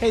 Hey,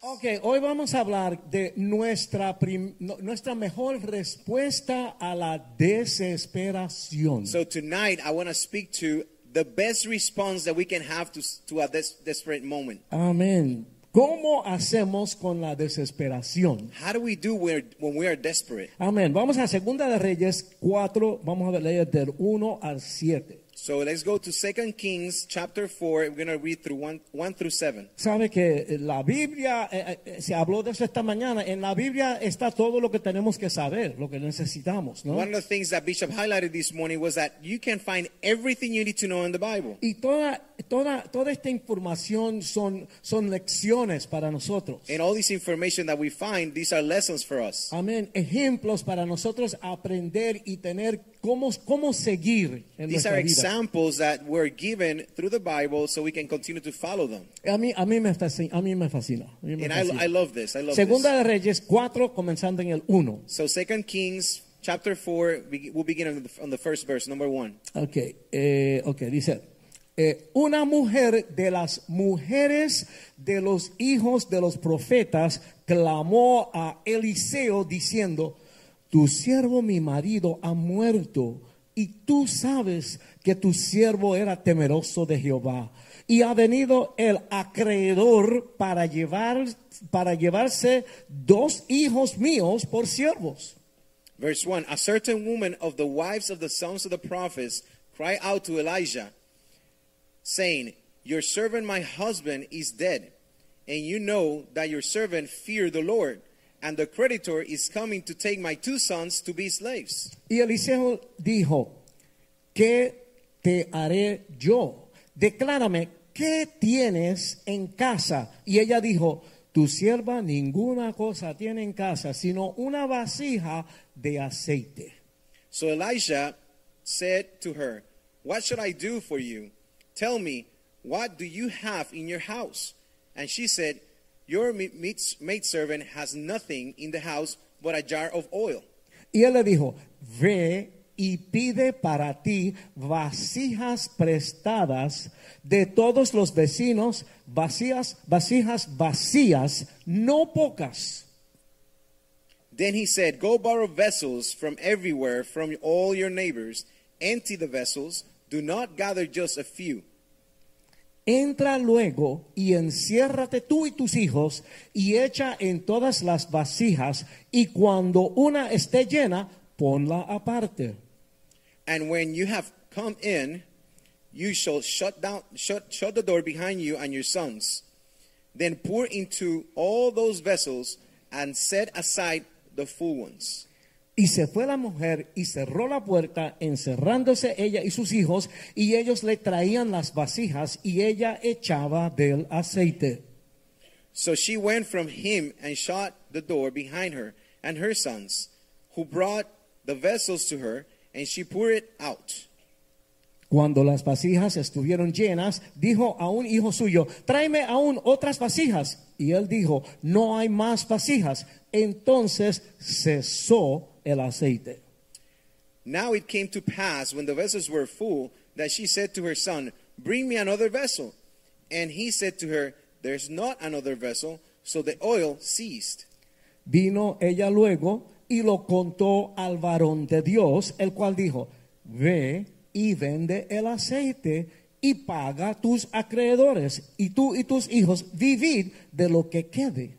Ok, hoy vamos a hablar de nuestra, prim- no- nuestra mejor respuesta a la desesperación. So tonight, I want to speak to the best response that we can have to, to a des- desperate moment. Amén. ¿Cómo hacemos con la desesperación? How do we do when, when we are desperate? Amén. Vamos a Segunda de Reyes 4, vamos a leer del 1 al 7. So let's go to 2 Kings chapter 4. We're going to read through 1, 1 through 7. Sabe que la Biblia, eh, eh, se habló de eso esta mañana, en la Biblia está todo lo que tenemos que saber, lo que necesitamos, ¿no? One of the things that Bishop highlighted this morning was that you can find everything you need to know in the Bible. Y toda, toda, toda esta información son, son lecciones para nosotros. And all this information that we find, these are lessons for us. Amén. Ejemplos para nosotros aprender y tener cómo, cómo seguir en These nuestra are vida. examples that were given through the Bible so we can continue to follow them. A mí, a mí me fascina. A mí me fascina, a mí me And I, fascina. I love this. I love this. Segunda de Reyes 4, comenzando en el 1. So Second Kings chapter 4, we- we'll begin on the, on the first verse, number 1. Ok, eh, ok, dice. eh, una mujer de las mujeres de los hijos de los profetas clamó a Eliseo diciendo, tu siervo mi marido ha muerto y tú sabes que tu siervo era temeroso de Jehová y ha venido el acreedor para, llevar, para llevarse dos hijos míos por siervos. Verse 1 A certain woman of the wives of the sons of the prophets cried out to Elijah, saying, Your servant, my husband, is dead, and you know that your servant feared the Lord, and the creditor is coming to take my two sons to be slaves. Y Eliseo dijo, ¿qué te haré yo? Declárame, ¿qué tienes en casa? Y ella dijo, tu sierva ninguna cosa tiene en casa, sino una vasija de aceite. So Elijah said to her, What should I do for you? Tell me, what do you have in your house? And she said, Your ma- maid- maidservant has nothing in the house but a jar of oil. Y él le dijo, ve y pide para ti vasijas prestadas de todos los vecinos, vacías, vasijas vacías, no pocas. Then he said, Go borrow vessels from everywhere, from all your neighbors. Empty the vessels. Do not gather just a few. Entra luego y enciérrate tú y tus hijos y echa en todas las vasijas y cuando una esté llena, ponla aparte. And when you have come in, you shall shut down shut shut the door behind you and your sons. Then pour into all those vessels and set aside the full ones. Y se fue la mujer y cerró la puerta, encerrándose ella y sus hijos, y ellos le traían las vasijas y ella echaba del aceite. So she went from him and shut the door behind her and her sons, who brought the vessels to her, and she poured it out. Cuando las vasijas estuvieron llenas, dijo a un hijo suyo, tráeme aún otras vasijas. Y él dijo, no hay más vasijas. Entonces cesó el aceite. Now it came to pass when the vessels were full that she said to her son, Bring me another vessel. And he said to her, There's not another vessel. So the oil ceased. Vino ella luego y lo contó al varón de Dios, el cual dijo, ve y vende el aceite y paga tus acreedores, y tú y tus hijos vivid de lo que quede.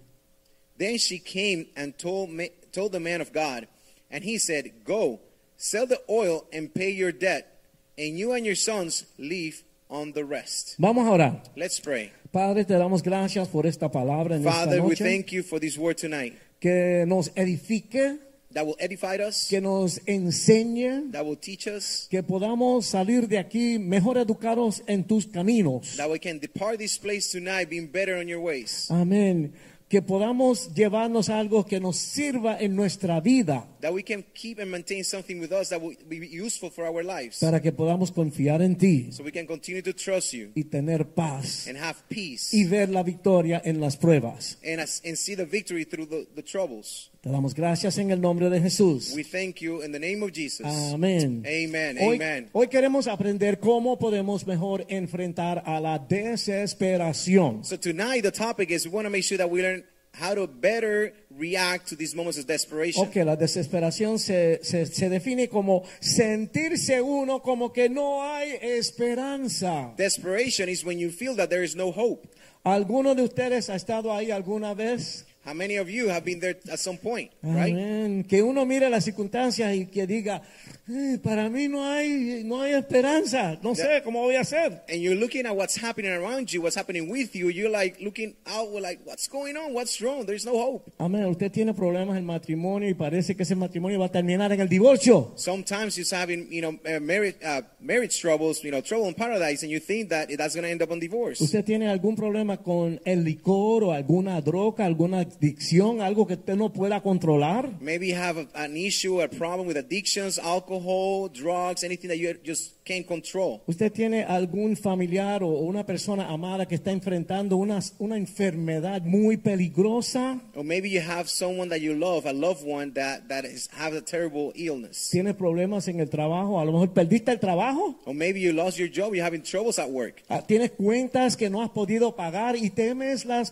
Then she came and told, ma- told the man of God, and he said, Go, sell the oil and pay your debt, and you and your sons live on the rest. Vamos a orar. Let's pray. Padre, te damos gracias por esta palabra en esta Father, we noche. thank you for this word tonight que nos edifique, that will edify us, que nos enseñe, that will teach us, que podamos salir de aquí mejor educados en tus caminos. that we can depart this place tonight being better on your ways. Amén. que podamos llevarnos algo que nos sirva en nuestra vida that we can keep and maintain something with us that will be useful for our lives. para que podamos confiar en ti So we can continue to trust you y tener paz and have peace y ver la victoria en las pruebas. and, as- and see the victory through the, the troubles. Te damos gracias en el nombre de Jesús. We thank you in the name of Jesus. Amén. Amen. Hoy, Amen. hoy queremos aprender cómo podemos mejor enfrentar a la desesperación. So tonight the topic is we want to make sure that we learn how to better react to these moments of desperation. Ok, la desesperación se, se- se define como sentirse uno como que no hay esperanza. Desperation is when you feel that there is no hope. ¿Alguno de ustedes ha estado ahí alguna vez? How many of you have been there at some point, right? Amén. Que uno mire las circunstancias y que diga, "Eh, para mí no hay, no hay esperanza, no sé cómo voy a hacer. And you're looking at what's happening around you, what's happening with you. You're like looking out, we're like, what's going on? What's wrong? There's no hope. Amén, usted tiene problemas en el matrimonio y parece que ese matrimonio va a terminar en el divorcio. Sometimes you're having, you know, uh, marriage, uh, marriage troubles, you know, trouble in paradise, and you think that that's going to end up on divorce. Usted tiene algún problema con el licor o alguna droga, alguna adicción, algo que usted no pueda controlar. Maybe you have a, an issue, a problem with addictions, alcohol, drugs, anything that you just can't control. Usted tiene algún familiar o una persona amada que está enfrentando una, una enfermedad muy peligrosa. Or maybe you have someone that you love, a loved one that, that is, have a terrible illness. Tiene problemas en el trabajo. A lo mejor perdiste el trabajo. Or maybe you lost your job, you're having troubles at work. Ah, Tienes cuentas que no has podido pagar y temes las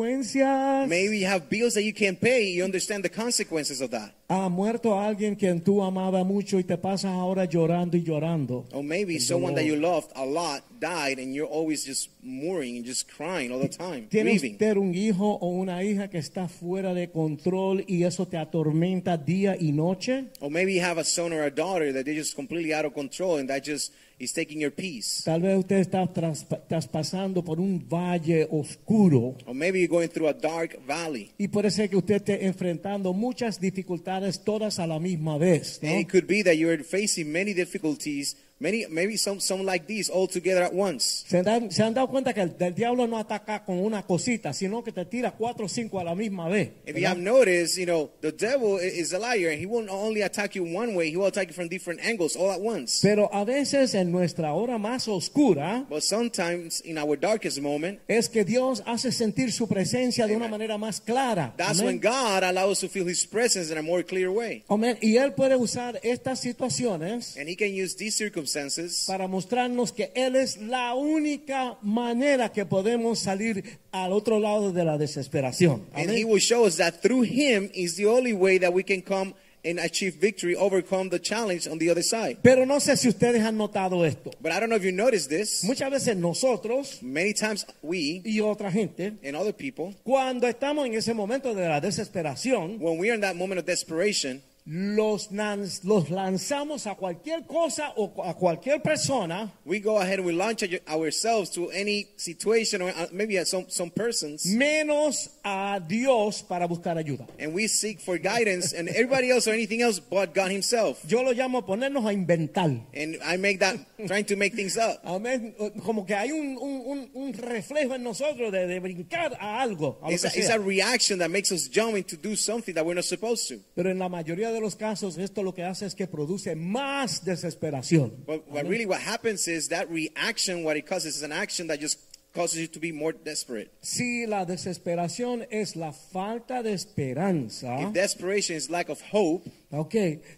consecuencias. Maybe you have bills that you can't pay, you understand the consequences of that. Ha muerto alguien quien tú amabas mucho y te pasas ahora llorando y llorando. Or Oh, maybe someone that you loved a lot died and you're always just mourning and just crying all the time, Tiene grieving. usted un hijo o una hija que está fuera de control y eso te atormenta día y noche. Or maybe you have a son or a daughter that they're just completely out of control and that just is taking your peace. Tal vez usted está traspa- traspasando por un valle oscuro Or maybe you're going through a dark valley. y puede ser que usted esté enfrentando muchas dificultades todas a la misma vez. ¿no? And it could be that you're facing many difficulties, many maybe some some like these all together at once. ¿Se, dan- se han dado cuenta que el, el diablo no ataca con una cosita, sino que te tira cuatro o cinco a la misma vez. If you ¿verdad? have noticed, you know, the devil i- is a liar and he won't only attack you one way, he will attack you from different angles all at once. Pero a veces en nuestra hora más oscura But sometimes in our darkest moment, es que Dios hace sentir su presencia de una Amen. manera más clara. that's Amén. when God allows us to feel his presence in a more clear way. Amén. Y Él puede usar estas situaciones And he can use these circumstances para mostrarnos que Él es la única manera que podemos salir al otro lado de la desesperación. and Amén. he will show us that through him is the only way that we can come and achieve victory, overcome the challenge on the other side. Pero no sé si ustedes han notado esto. But I don't know if you noticed this. Muchas veces nosotros Many times we y otra gente, and other people, cuando estamos en ese momento de la desesperación, when we are in that moment of desperation, los, nan- los lanzamos a cualquier cosa o a cualquier persona, we go ahead and we launch our- ourselves to any situation or uh, maybe at some, some Mm. persons, menos a Dios para buscar ayuda. and we seek for guidance and everybody else or anything else but God Himself. Yo lo llamo ponernos a inventar. And I make that trying to make things up. Amén. Como que hay un, un- un- un reflejo en nosotros de, de brincar a algo. a lo It's que a, it's sea. a reaction that makes us jumping to do something that we're not supposed to. Pero en la mayoría de los casos esto lo que hace es que produce más desesperación. But, but really, what happens is that reaction, what it causes, is an action that just causes you to be more desperate. Si la desesperación es la falta de esperanza, If desperation is lack of hope, ok,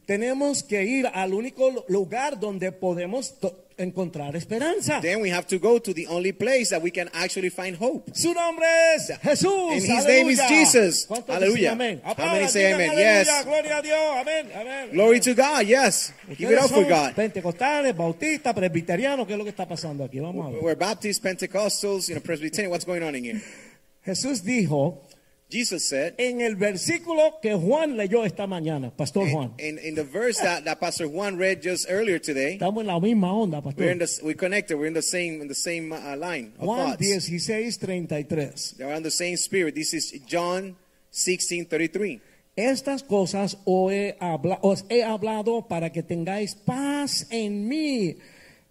tenemos que ir al único lu- lugar donde podemos to- encontrar esperanza. then we have to go to the only place that we can actually find hope. Su nombre es Jesús. And his name is Aleluya. Jesus. ¿Cuántos Aleluya. dicen Amén. How many Aplaudan, say digan amen? aleluya, Yes. Gloria a Dios. Amén. Amén. Glory to God, yes. Give it Ustedes up for son God. Pentecostales, bautistas, presbiterianos, ¿qué es lo que está pasando aquí? Vamos a ver. We're Baptists, Pentecostals, you know, Presbyterian. What's going on in here? Jesús dijo Jesus said en el versículo que Juan leyó esta mañana, Pastor Juan. in, in the verse that, that Pastor Juan read just earlier today, Estamos en la misma onda, we're in Pastor. the, we connected. We're in the same in the same uh, line of Juan thoughts. 16, 33. They're on the same spirit. This is John 16:33. Estas cosas os he, habla- os he hablado para que tengáis paz en mí.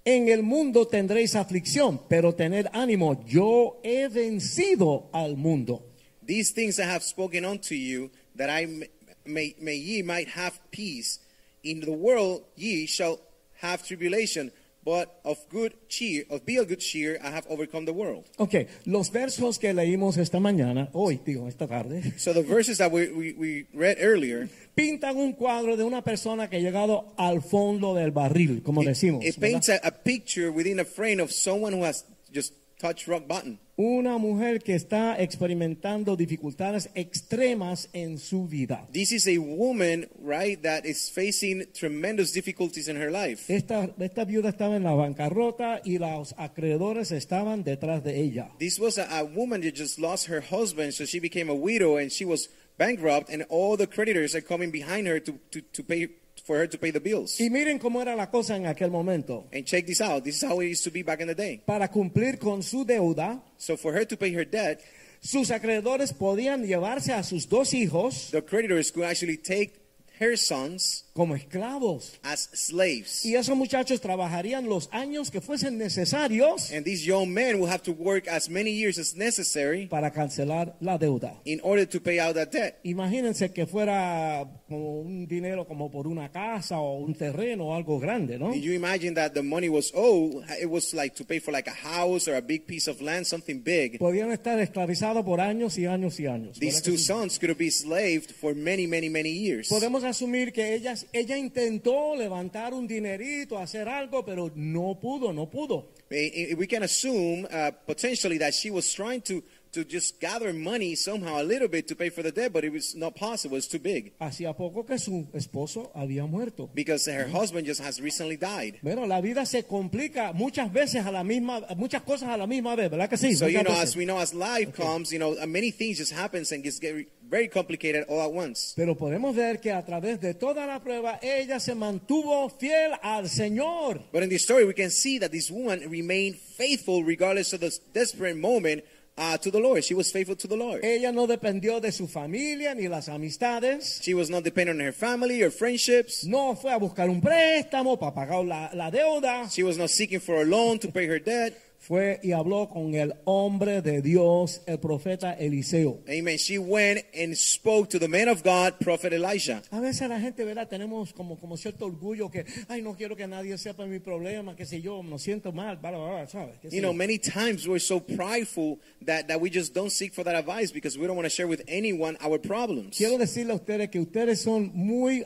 En el mundo tendréis aflicción, pero tened ánimo. Yo he vencido al mundo. These things I have spoken unto you, that I m- may, may ye might have peace. In the world ye shall have tribulation, but of good cheer, of be of good cheer, I have overcome the world. Ok, los versos que leímos esta mañana, hoy, digo, esta tarde, So the verses that we, we, we read earlier, pintan un cuadro de una persona que ha llegado al fondo del barril, como it, decimos. it ¿verdad? paints a, a picture within a frame of someone who has just touched rock bottom. Una mujer que está experimentando dificultades extremas en su vida. This is a woman, right, that is facing tremendous difficulties in her life. Esta, esta viuda estaba en la bancarrota y los acreedores estaban detrás de ella. This was a, a woman that just lost her husband, so she became a widow and she was bankrupt, and all the creditors are coming behind her to, to, to pay for her to pay the bills. Y miren cómo era la cosa en aquel momento. And check this out. This is how it used to be back in the day. Para cumplir con su deuda, So for her to pay her debt, sus acreedores podían llevarse a sus dos hijos the creditors could actually take her sons como esclavos. as slaves. Y esos muchachos trabajarían los años que fuesen necesarios And these young men will have to work as many years as necessary para cancelar la deuda. in order to pay out that debt. Imagínense que fuera como un dinero como por una casa o un terreno o algo grande, ¿no? Did you imagine that the money was owed? It was like to pay for like a house or a big piece of land, something big. Podían estar esclavizados por años y años y años. These ¿verdad que two sí? sons could have been slaved for many, many, many years. Podemos asumir que ella, ella intentó levantar un dinerito, hacer algo, pero no pudo, no pudo. We we can assume uh, potentially that she was trying to, to just gather money somehow a little bit to pay for the debt, but it was not possible. It's too big Hacía poco que su esposo había muerto. because her Mm-hmm. husband just has recently died. Bueno, la vida se complica muchas veces a la misma, muchas cosas a la misma vez, ¿verdad que sí? So you Muchas know, veces. as we know, as life comes, you know, uh, many things just happens and gets get very complicated all at once. Pero podemos ver que a través de toda la prueba ella se mantuvo fiel al Señor. But in this story, we can see that this woman remained faithful regardless of the desperate moment uh, to the Lord. She was faithful to the Lord. Ella no dependió de su familia ni las amistades. She was not dependent on her family or friendships. No fue a buscar un préstamo para pagar la, la deuda. She was not seeking for a loan to pay her debt. Fue y habló con el hombre de Dios, el profeta Eliseo. Amen. She went and spoke to the man of God, Prophet Elijah. A veces la gente, ¿verdad? Tenemos como, como cierto orgullo que, ay, no quiero que nadie sepa mi problema, qué sé yo, me siento mal, bla, bla, bla, ¿sabes? Qué sé You know, yo. many times we're so prideful that, that we just don't seek for that advice because we don't want to share with anyone our problems. Quiero decirle a ustedes que ustedes son muy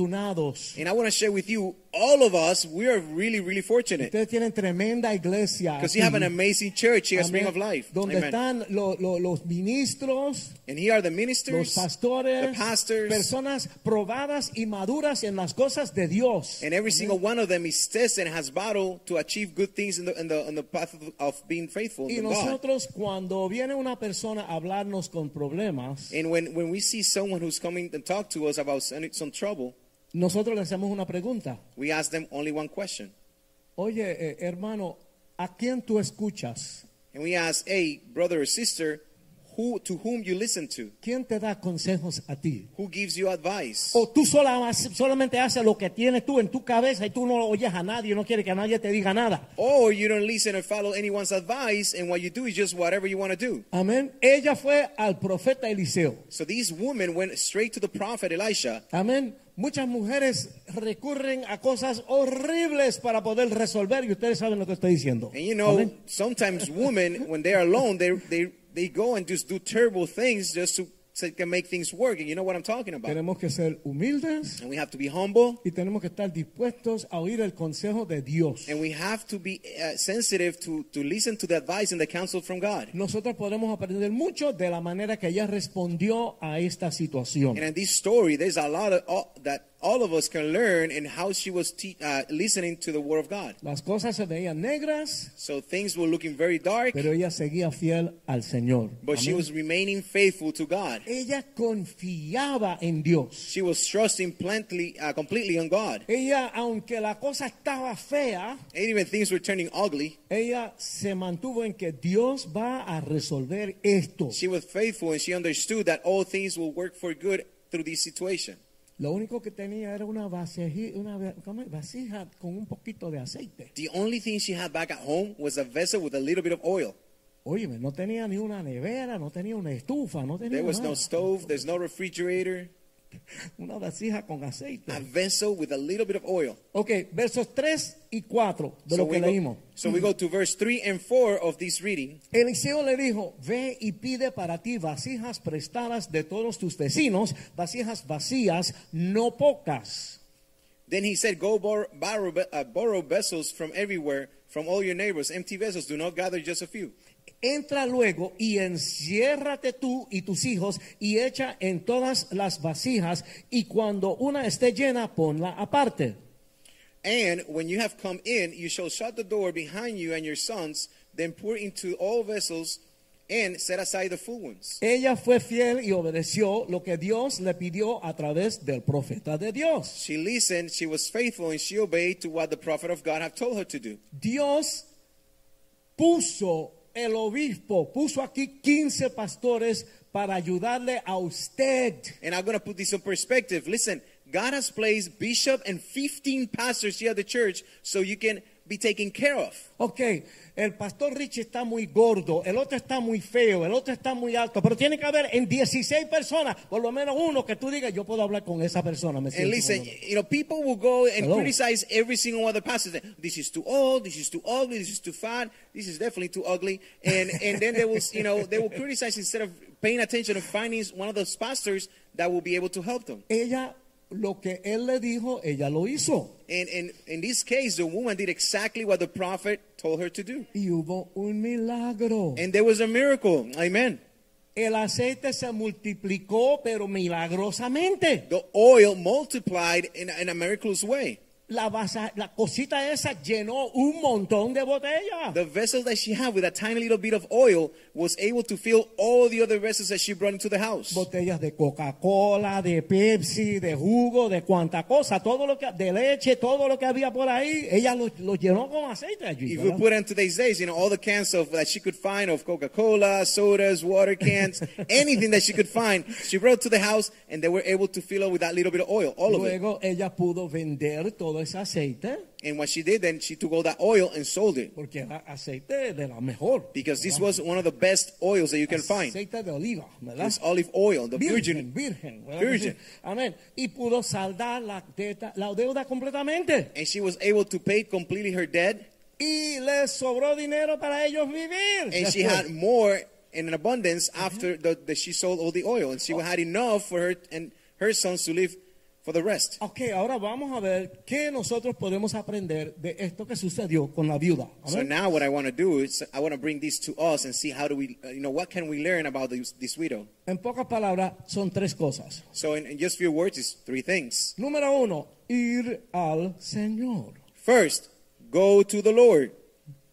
afortunados. And I want to share with you, all of us, we are really, really fortunate Ustedes tienen tremenda iglesia. because you have an aquí. amazing church here at Amén. Spring of Life. Donde Amen. están lo- lo- los ministros, And here are the los ministers, pastores, the pastors, personas probadas y maduras en las cosas de Dios. and every single one of them is tested and has battled to achieve good things in the, in the, in the path of, of being faithful Y to God. nosotros cuando viene una persona a hablarnos con problemas, And when, when we see someone who's coming to talk to us about some, some trouble, nosotros le hacemos una pregunta. we ask them only one question. Oye, eh, hermano, ¿a quién tú escuchas? And we ask, hey, brother or sister, who to whom you listen to? ¿Quién te da consejos a ti? Who gives you advice? O tú sola- solamente haces lo que tienes tú en tu cabeza y tú no oyes a nadie, no quieres que nadie te diga nada. Or you don't listen or follow anyone's advice, and what you do is just whatever you want to do. Amén. Ella fue al profeta Eliseo. So these women went straight to the prophet Elisha. Amén. Muchas mujeres recurren a cosas horribles para poder resolver y ustedes saben lo que estoy diciendo. And you know, Amén. sometimes women, when they're alone, they, they, they go and just do terrible things just to so it can make things work. And you know what I'm talking about. Tenemos que ser humildes And we have to be humble, y tenemos que estar dispuestos a oír el consejo de Dios. and we have to be uh, sensitive to, to listen to the advice and the counsel from God. Nosotros podemos aprender mucho de la manera que ella respondió a esta situación. And in this story, there's a lot of all, that all of us can learn in how she was te- uh, listening to the word of God. Las cosas se veían negras, So things were looking very dark, pero ella seguía fiel al Señor. but she Amén. was remaining faithful to God. Ella confiaba en Dios. She was trusting plenty, uh, completely on God. Ella, aunque la cosa estaba fea, And even things were turning ugly. Ella se mantuvo en que Dios va a resolver esto. She was faithful, and she understood that all things will work for good through this situation. Lo único que tenía era una vasija, una va- ¿cómo es? vasija con un poquito de aceite. The only thing she had back at home was a vessel with a little bit of oil. Óyeme, no tenía ni una nevera, no tenía una estufa, no tenía There was nada. no stove, there's no refrigerator, una vasija con aceite. a vessel with a little bit of oil. Ok, versos 3 y 4 de lo we que go, leímos. Mm. so we go to verse 3 and 4 of this reading. Eliseo le dijo, ve y pide para ti vasijas prestadas de todos tus vecinos, vasijas vacías, no pocas. Then he said, Go borrow, borrow, uh, borrow vessels from everywhere, from all your neighbors, empty vessels, do not gather just a few. Entra luego y enciérrate tú y tus hijos y echa en todas las vasijas y cuando una esté llena ponla aparte. And when you have come in, you shall shut the door behind you and your sons, then pour into all vessels and set aside the full ones. Ella fue fiel y obedeció lo que Dios le pidió a través del profeta de Dios. She listened, she was faithful, and she obeyed to what the prophet of God had told her to do. Dios puso el obispo, puso aquí 15 pastores para ayudarle a usted. And I'm going to put this in perspective. Listen, God has placed bishop and 15 pastors here at the church so you can be taken care of. Ok, el pastor Richie está muy gordo, el otro está muy feo, el otro está muy alto, pero tiene que haber en 16 personas, por lo menos uno que tú digas, yo puedo hablar con esa persona. Me And siento listen, cómodo. you know, people will go and Hello. criticize every single one of the pastors. This is too old. This is too ugly. This is too fat. This is definitely too ugly. And and then they will, you know, they will criticize instead of paying attention and finding one of those pastors that will be able to help them. Ella, lo que él le dijo, ella lo hizo. And and in this case, the woman did exactly what the prophet told her to do, Y hubo un milagro. and there was a miracle. Amen. El aceite se multiplicó, pero milagrosamente. The oil multiplied in, in a miraculous way. La, vasa- la cosita esa llenó un montón de botellas. The vessel that she had with a tiny little bit of oil was able to fill all the other vessels that she brought into the house. botellas de Coca-Cola, de Pepsi, de jugo, de cuanta cosa, todo lo que de leche, todo lo que había por ahí, ella lo, lo llenó con aceite allí. If we ¿verdad? put in today's days, you know, all the cans of that she could find of Coca-Cola, sodas, water cans, anything that she could find, she brought to the house, and they were able to fill it with that little bit of oil, all of it. Luego ella pudo vender todo ese aceite And what she did, then she took all that oil and sold it porque era aceite de la mejor. because this was one of the best oils that you can find. aceite de oliva, ¿verdad? It's olive oil, the Virgen, virgin. virgen, ¿verdad? Virgin. Amén. Y pudo saldar la deuda, la deuda completamente. And she was able to pay completely her debt, Y les sobró dinero para ellos vivir. and she después. had more in abundance after the, that she sold all the oil, and she had enough for her and her sons to live for the rest. Ok, ahora vamos a ver qué nosotros podemos aprender de esto que sucedió con la viuda. So Amén. now what I want to do is I want to bring these to us and see how do we, uh, you know, what can we learn about this, this widow? en pocas palabras, son tres cosas. So in, in just few words, it's three things. Número uno, ir al Señor. First, go to the Lord.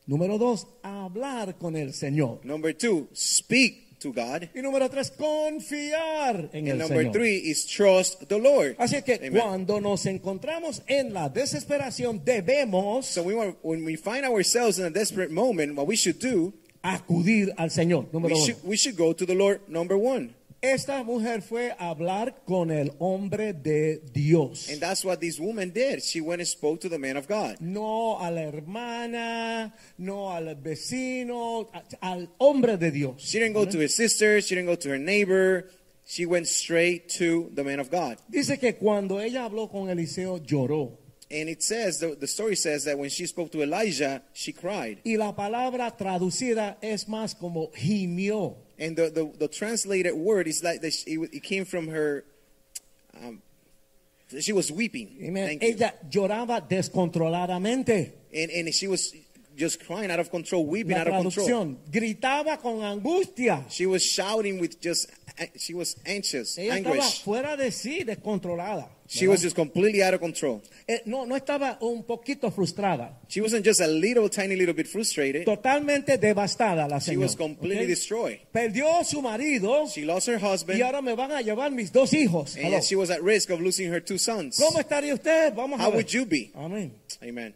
Número dos, hablar con el Señor. Number two, speak to God. Y número tres, confiar en el And number Señor. three is trust the Lord. Así que Amen. cuando nos encontramos en la desesperación, debemos So we want, when we find ourselves in a desperate moment, what we should do, acudir al Señor. Número we uno. should, we should go to the Lord. Number one, Esta mujer fue a hablar con el hombre de Dios. and that's what this woman did. She went and spoke to the man of God. No a la hermana, no al vecino, a- al hombre de Dios. She didn't go to her sister. She didn't go to her neighbor. She went straight to the man of God. Dice que cuando ella habló con Eliseo lloró. And it says, the, the story says that when she spoke to Elijah, she cried. Y la palabra traducida es más como gimió. And the, the, the translated word is like that she, it came from her, um, she was weeping. Amen. Thank you. Ella lloraba descontroladamente. And, and she was just crying out of control, weeping La out of control. traducción gritaba con angustia. She was shouting with just, she was anxious, Ella estaba anguish. fuera de sí, descontrolada. She was just completely out of control. Eh, no, no estaba un poquito frustrada. She wasn't just a little, tiny little bit frustrated. Totalmente devastada la She señora. was completely ¿ok? destroyed. Perdió su marido. She lost her Y husband, ahora me van a llevar mis dos hijos. Hello. and she was at risk of losing her two sons. ¿Cómo estaría usted? Vamos a How ver. would you be? Amén. Amen.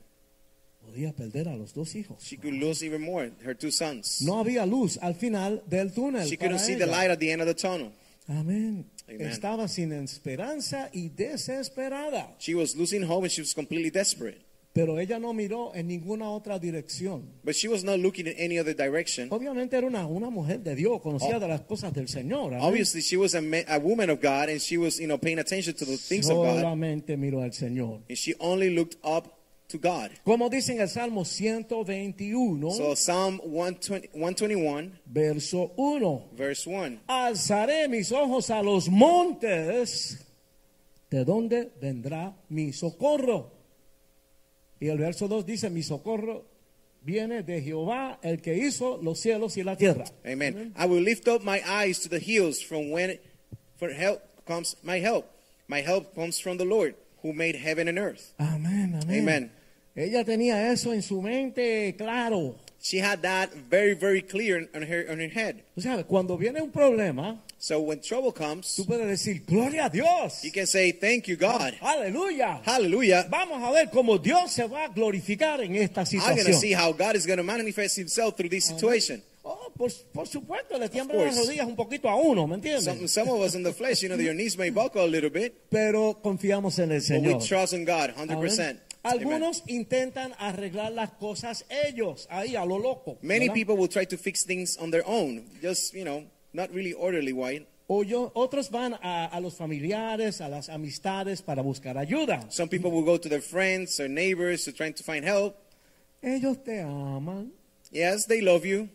Podía perder a los dos hijos. She could lose even more, her two sons. No había luz al final del túnel. she para couldn't see ella. the light at the end of the tunnel. Amén. Amen. Estaba sin esperanza y desesperada. She was losing hope and she was completely desperate. Pero ella no miró en ninguna otra dirección. But she was not looking in any other Oh, direction. Obviamente era una, una mujer de Dios, conocía de las cosas del Señor. amén. Obviously, she was a, ma- a woman of God, and she was, you know, paying attention to the things of God, Solamente miró al Señor. and she only looked up to God. Como dice en el Salmo 121, So Psalm 120 121, verso 1. verse 1. Alzaré mis ojos a los montes, ¿de dónde vendrá mi socorro? Y el verso 2 dice, mi socorro viene de Jehová, el que hizo los cielos y la tierra. Amen. I will lift up my eyes to the hills from when for help comes my help. My help comes from the Lord who made heaven and earth. Amén, amén. Amen. Ella tenía eso en su mente claro. She had that very, very clear on her on her head. O sea, cuando viene un problema, So when trouble comes, tú puedes decir, gloria a Dios. you can say, Thank you, God. Aleluya. Hallelujah. Vamos a ver cómo Dios se va a glorificar en esta I'm going to situación. see how God is going to manifest himself through this situation. Oh, por, por supuesto, le tiemblan course. las rodillas un poquito a uno, ¿me Some, entiendes? some of us in the flesh, you know, your knees may buckle a little bit, Pero confiamos en el but Señor. we trust in God 100%. Amén. Amen. Algunos intentan arreglar las cosas ellos, ahí a lo loco. Many ¿verdad? people will try to fix things on their own, just, you know, not really orderly way. O yo- otros van a, a los familiares, a las amistades para buscar ayuda. Some people will go to their friends or neighbors to trying to find help. Ellos te aman, Yes, they love you,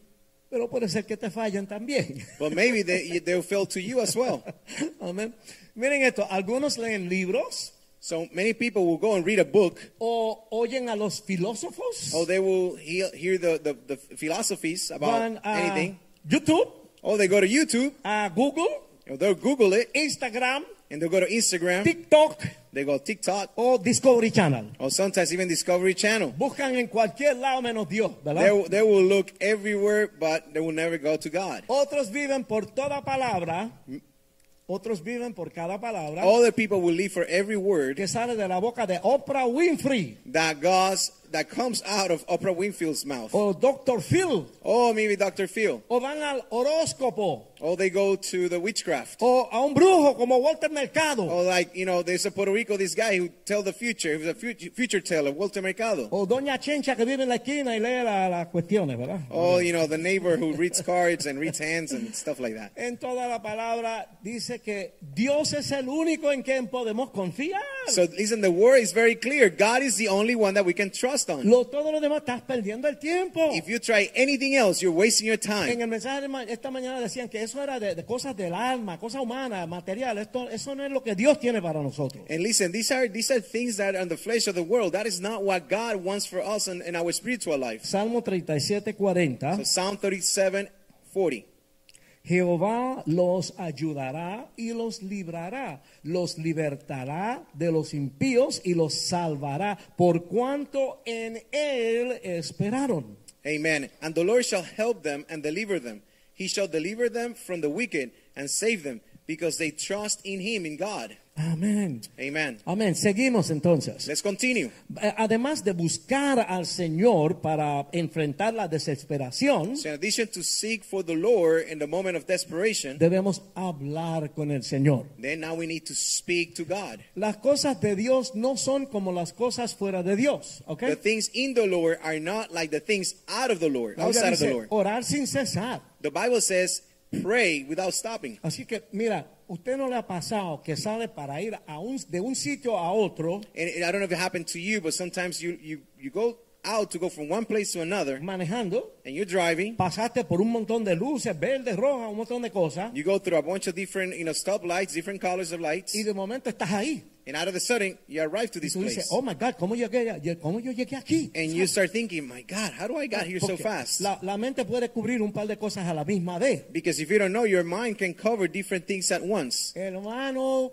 pero puede ser que te fallan también. but maybe they they'll fail to you as well. Amén. Miren esto, algunos leen libros So many people will go and read a book, o oyen a los filósofos. or they will he- hear the, the, the philosophies Oh, about van a anything, YouTube, or they go to YouTube, a Google, or they'll Google it, Instagram, and they'll go to Instagram, TikTok they go TikTok, o Discovery Channel. or sometimes even Discovery Channel. Buscan en cualquier lado menos Dios, ¿verdad? They, will- they will look everywhere, but they will never go to God. Otros viven por toda palabra. Otros viven por cada palabra Other people will live for every word que sale de la boca de Oprah Winfrey that God's, that comes out of Oprah Winfield's mouth. o Dr. Phil Oh, maybe Dr. Phil. o van al horóscopo Oh, they go to the witchcraft. o a un brujo como Walter Mercado Oh, like, you know, there's a Puerto Rico, this guy who tell the future. He was a future, future teller, Walter Mercado. o Doña Chencha que vive en la esquina y lee la- las cuestiones, ¿verdad? Oh, you know, the neighbor who reads cards and reads hands and stuff like that. En toda la palabra dice que Dios es el único en quien podemos confiar. So, listen, the word is very clear. God is the only one that we can trust on. Lo, todo lo demás estás perdiendo el tiempo. If you try anything else, you're wasting your En time. el mensaje de ma- esta mañana decían que eso era de, de cosas del alma, cosas humanas, material. Esto, eso no es lo que Dios tiene para nosotros. And listen, these are these are things that are on the flesh of the world. That is not what God wants for us in, in our spiritual life. Salmo 37, 40. So Psalm 37, 40. Jehová los ayudará y los librará, los libertará de los impíos y los salvará, por cuanto en él esperaron. Amen. And the Lord shall help them and deliver them. He shall deliver them from the wicked and save them because they trust in him, in God. Amén. Amen. Amén. Seguimos entonces. Let's continue. Eh, Además de buscar al Señor para enfrentar la desesperación, So, in addition to seek for the Lord in the moment of desperation, debemos hablar con el Señor. then now we need to speak to God. Las cosas de Dios no son como las cosas fuera de Dios, ¿ok? The things in the Lord are not like the things out of the Lord, La Biblia outside of the dice, Lord. orar sin cesar. The Bible says, pray without stopping. Así que, mira, usted no le ha pasado que sale para ir a un, de un sitio a otro And I don't know if it happened to you, but sometimes you, you, you go out to go from one place to another, manejando, and you're driving. pasaste por un montón de luces, verdes, rojas, un montón de cosas, You go through a bunch of different, you know, stoplights, different colors of lights, y de momento estás ahí. and out of the sudden you arrive to Y this tú dices, place, oh my God, ¿cómo llegué, allá? ¿Cómo yo llegué aquí? and you start thinking, "My God, how do I got here so Porque fast?" La, la mente puede cubrir un par de cosas a la misma vez. Because if you don't know, your mind can cover different things at once. Hermano,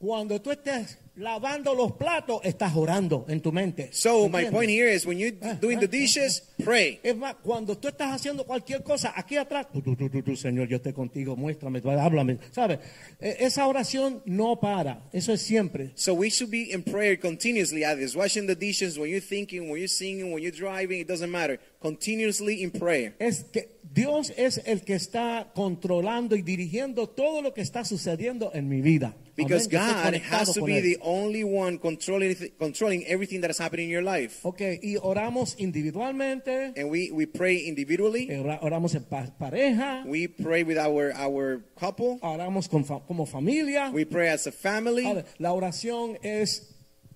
cuando tú estés lavando los platos, estás orando en tu mente. So my ¿Entiendes? Ah, point here is, when you're doing the dishes, pray. Es más, cuando tú estás haciendo cualquier cosa aquí atrás, tú, tú, tú, tú, tú, Señor, yo estoy contigo, muéstrame, tú, háblame, ¿sabes? E- Esa oración no para, eso es siempre. So we should be in prayer continuously. Either it's washing the dishes, when you're thinking, when you're singing, when you're driving, it doesn't matter. continuously in prayer. Es que Dios es el que está controlando y dirigiendo todo lo que está sucediendo en mi vida. Because Amén. Yo estoy God conectado has to con be Él. the only one controlling, controlling everything that is happening in your life. Ok, y oramos individualmente, eh, And we, we pray individually, ora- oramos en pa- pareja, we pray with our, our couple, oramos con fa- como familia. we pray as a family. Ahora, La oración es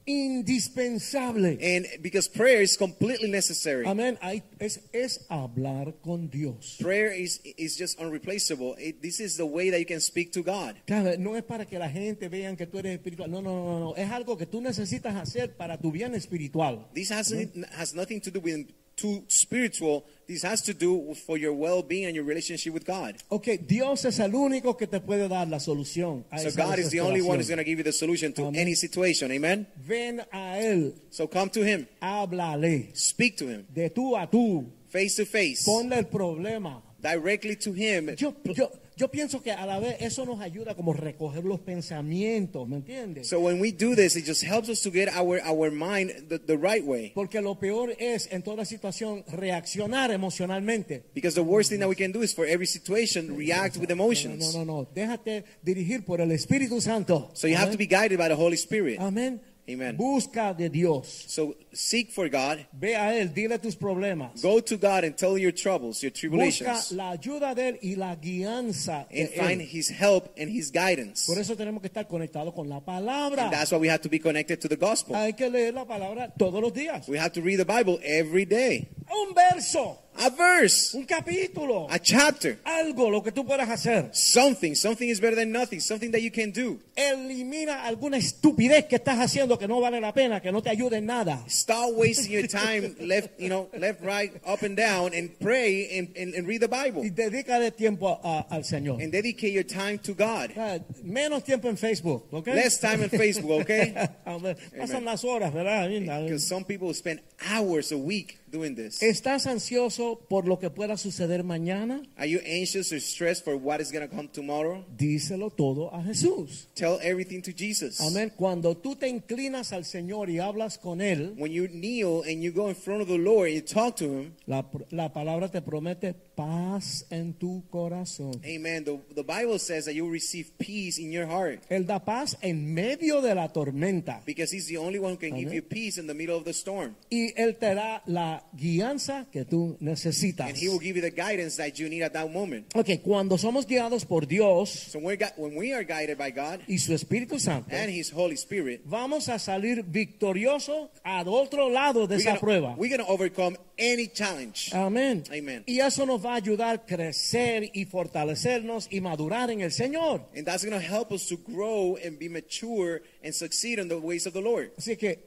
indispensable. And because prayer is completely necessary, Amén. Ahí Es, es hablar con Dios. prayer is, is just unreplaceable. It, this is the way that you can speak to God. Claro, no es para que la gente vean que tú eres espiritual. No, no, no, no. Es algo que tú necesitas hacer para tu bien espiritual. This has, has nothing to do with too spiritual. This has to do for your well-being and your relationship with God. Ok, Dios es el único que te puede dar la solución. a So esa God is the only one who's desesperación. going to give you the solution to Amén. any situation. Amen. Ven a Él, So come to Him, háblale speak to Him, de tú a tú, face to face, ponle el problema. directly to Him. Yo, yo, yo pienso que a la vez eso nos ayuda como recoger los pensamientos, ¿me entiendes? So when we do this, it just helps us to get our our mind the, the right way. Porque lo peor es en toda situación reaccionar emocionalmente. Because the worst thing that we can do is for every situation react with No, emotions. no, no, no. déjate dirigir por el Espíritu Santo. So you have to be guided by the Holy Spirit. Amén. Amen. Busca de Dios. So seek for God, Ve a Él, dile tus problemas. go to God and tell your troubles, your Busca tribulations, la ayuda de Él y la guianza de and find Él. His help and His guidance. Por eso tenemos que estar conectados con la palabra. And that's why we have to be connected to the gospel. Hay que leer la palabra todos los días. We have to read the Bible every day, Un verso, a verse, un capítulo, a chapter. algo lo que tú puedas hacer. Something, something is better than nothing. Something that you can do. Elimina alguna estupidez que estás haciendo que no vale la pena, que no te ayude en nada. Stop wasting your time left, you know, left, right, up and down, and pray and, and, and read the Bible. Y dedícale tiempo a- al Señor. And dedicate your time to God. Ah, Menos tiempo en Facebook, ¿ok? Less time on Facebook, okay? Amén. Pasan las horas, ¿verdad? Because some people spend hours a week doing this. ¿Estás ansioso por lo que pueda suceder mañana? Are you anxious or stressed for what is going to come tomorrow? Díselo todo a Jesús. Tell everything to Jesus. Amén. Cuando tú te inclinas al Señor y hablas con Él, When you kneel and you go in front of the Lord and you talk to Him, la, la palabra te promete paz en tu corazón. amen. The, the Bible says that you will receive peace in your heart Él da paz en medio de la tormenta. because He's the only one who can give Amén. you peace in the middle of the storm. Y Él te da la guianza que tú necesitas. And He will give you the guidance that you need at that moment. Ok, cuando somos guiados por Dios So when, we're gui- when we are guided by God y su Espíritu Santo, and His Holy Spirit, vamos a salir victoriosos al otro lado de we're esa gonna- prueba. we're going to overcome any challenge. Amén. Amen. Y eso nos va a ayudar a crecer y fortalecernos y madurar en el Señor. And that's going to help us to grow and be mature and succeed in the ways of the Lord. Así que,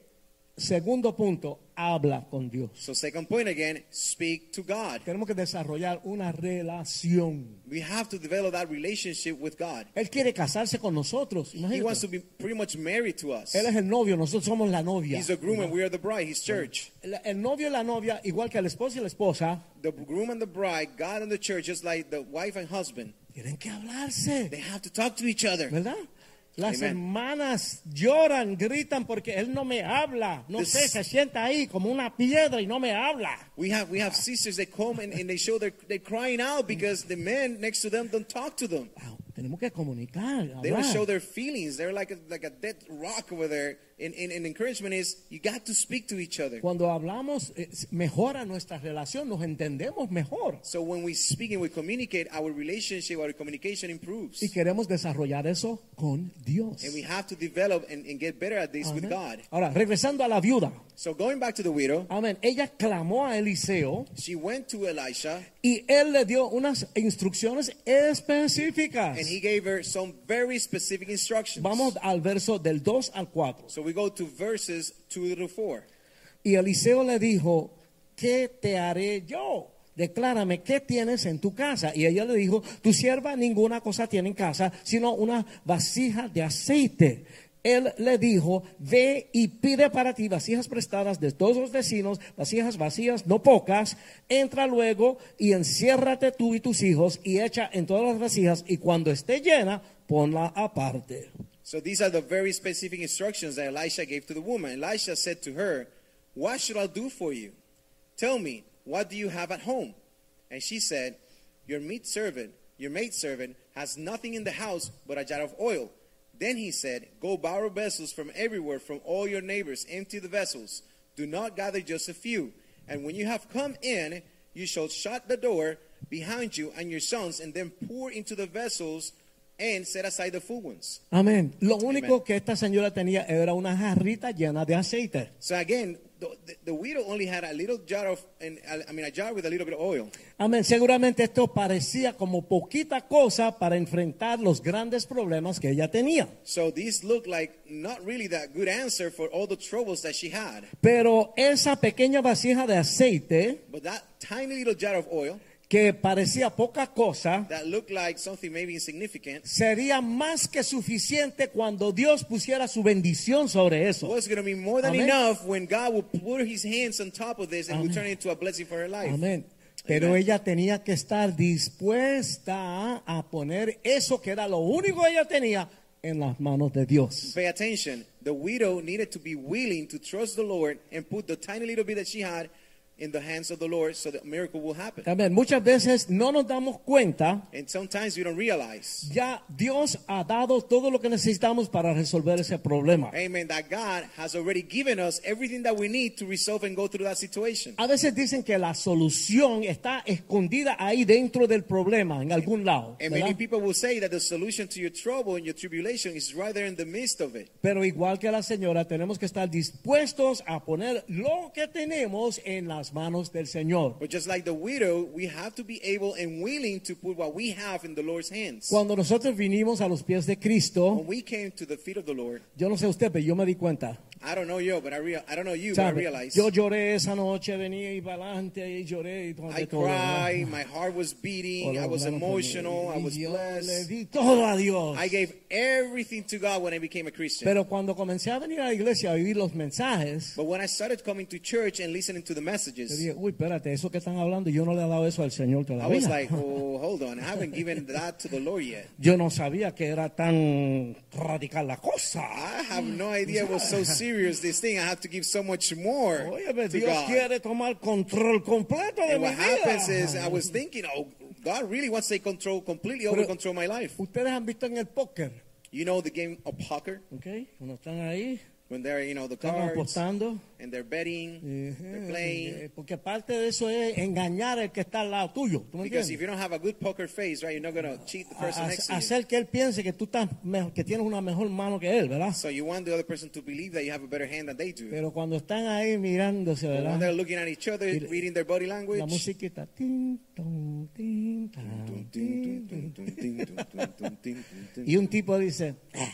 segundo punto, habla con Dios. So, second point again, speak to God. Tenemos que desarrollar una relación. We have to develop that relationship with God. Él quiere casarse con nosotros. He wants Imagínate. to be pretty much married to us. Él es el novio, nosotros somos la novia. He's the groom and we are the bride, His church. El, el novio y la novia, igual que el esposo y la esposa, The groom and the bride, God and the church, just like the wife and husband, tienen que hablarse. they have to talk to each other. ¿Verdad? Las Amen. hermanas lloran, gritan porque él no me habla. No This- sé, se sienta ahí como una piedra y no me habla. We have we have sisters that come and, and they show their they're crying out because the men next to them don't talk to them. Ah, Tenemos que comunicar, They don't hablar. show their feelings. They're like a, like a dead rock over there. And, and, and encouragement is you got to speak to each other. Cuando hablamos, eh, mejora nuestra relación, nos entendemos mejor. So when we speak and we communicate, our relationship, our communication improves. Y queremos desarrollar eso con Dios. And we have to develop and, and get better at this with Amén. God. Ahora, regresando a la viuda. So going back to the widow, Amén. Ella clamó a Eliseo she went to Elisha y él le dio unas instrucciones específicas. and he gave her some very specific instructions. Vamos al verso del 2 al 4. So we go to verses 2 to 4. Y Eliseo le dijo, ¿qué te haré yo? Declárame, ¿qué tienes en tu casa? Y ella le dijo, tu sierva ninguna cosa tiene en casa, sino una vasija de aceite. Él le dijo, ve y pide para ti vasijas prestadas de todos los vecinos, vasijas vacías, no pocas. Entra luego y enciérrate tú y tus hijos y echa en todas las vasijas y cuando esté llena, ponla aparte. So these are the very specific instructions that Elisha gave to the woman. Elisha said to her, What should I do for you? Tell me, What do you have at home? And she said, Your meat servant, your maid servant, has nothing in the house but a jar of oil. Then he said, Go borrow vessels from everywhere, from all your neighbors, empty the vessels. Do not gather just a few. And when you have come in, you shall shut the door behind you and your sons, and then pour into the vessels and set aside the full ones. Amén. Lo único Amen. que esta señora tenía era una jarrita llena de aceite. So again, the, the, the widow only had a little jar of, and uh, I mean, a jar with a little bit of oil. Amén. Seguramente esto parecía como poquita cosa para enfrentar los grandes problemas que ella tenía. So these looked like not really that good answer for all the troubles that she had. Pero esa pequeña vasija de aceite But that tiny little jar of oil que parecía poca cosa that looked like something maybe insignificant sería más que suficiente cuando Dios pusiera su bendición sobre eso. was going to be more than Amen. enough when God will put his hands on top of this and will turn it into a blessing for her life. Amén. Pero Amen. ella tenía que estar dispuesta a poner eso que era lo único que ella tenía en las manos de Dios. Pay attention. The widow needed to be willing to trust the Lord and put the tiny little bit that she had in the hands of the Lord so that miracle will happen. Amén. Muchas veces no nos damos cuenta And sometimes you don't realize, Ya Dios ha dado todo lo que necesitamos para resolver ese problema. amen, that God has already given us everything that we need to resolve and go through that situation. A veces dicen que la solución está escondida ahí dentro del problema, en algún lado. And ¿verdad? many people will say that the solution to your trouble and your tribulation is right there in the midst of it. Pero igual que la señora, tenemos que estar dispuestos a poner lo que tenemos en las manos del Señor. But just like the widow, we have to be able and willing to put what we have in the Lord's hands. Cuando nosotros vinimos a los pies de Cristo, When we came to the feet of the Lord, yo no sé usted, pero yo me di cuenta. I don't know you, but I real I don't know you, but I ¿Sabe? realized Yo lloré esa noche, venía y para adelante y lloré y todo. I de todo, ¿verdad? cried, my heart was beating, I was Oramos, emotional, I y was yo le blessed. di todo a Dios. I gave everything to God when I became a Christian. Pero cuando comencé a venir a la iglesia a vivir los mensajes, But when I started coming to church and listening to the yo messages, dije, uy, espérate, eso que están hablando, yo no le he dado eso al Señor I todavía. was like, oh, hold on, I haven't given that to the Lord yet. yo no sabía que era tan radical la cosa. I have no idea it was so serious this thing. I have to give so much more Oye, pero to Oh, Dios God. quiere tomar control completo de and mi what happens is I vida. was thinking, oh, God really wants to take control completely Pero- over control my life. Ustedes han visto en el póker, You know the game of poker ¿ok? Cuando están ahí, when they're you know the están cards apostando. and they're betting, they're playing. eh, Porque parte de eso es engañar al que está al lado tuyo. ¿Tú me Because entiendes? if you don't have a good poker face, right, you're not gonna cheat the person A- next a- to you. hacer que él piense que tú estás mejor, que tienes una mejor mano que él, ¿verdad? So you want the other person to believe that you have a better hand than they do. Pero cuando están ahí mirándose, But when ¿verdad? they're looking at each other, reading their body La language. musiquita. tin, ton, tin, tan, tin, tin. Y un tipo dice, "Ah".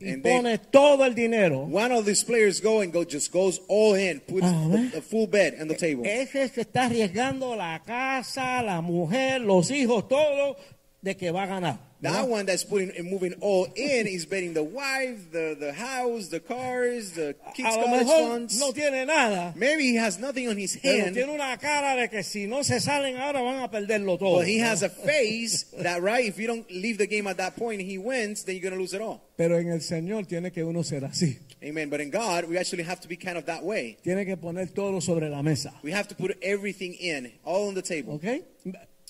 y And they- pone todo el dinero. One of these players go and go just goes all in, puts Ah, the, ¿ves? the full bet on the table. Ese se está arriesgando la casa, la mujer, los hijos, todo de que va a ganar. ¿verdad? That one that's putting and moving all in is betting the wife, the, the house, the cars, the kids' A lo college mejor funds. no tiene nada, Maybe he has nothing on his pero hand, tiene una cara de que si no se salen ahora van a perderlo todo. but he ¿verdad? has a face that, right, if you don't leave the game at that point and he wins, then you're going to lose it all. Pero en el Señor tiene que uno ser así. Amen. But in God, we actually have to be kind of that way. Tiene que poner todo sobre la mesa. We have to put everything in, all on the table. ¿Ok?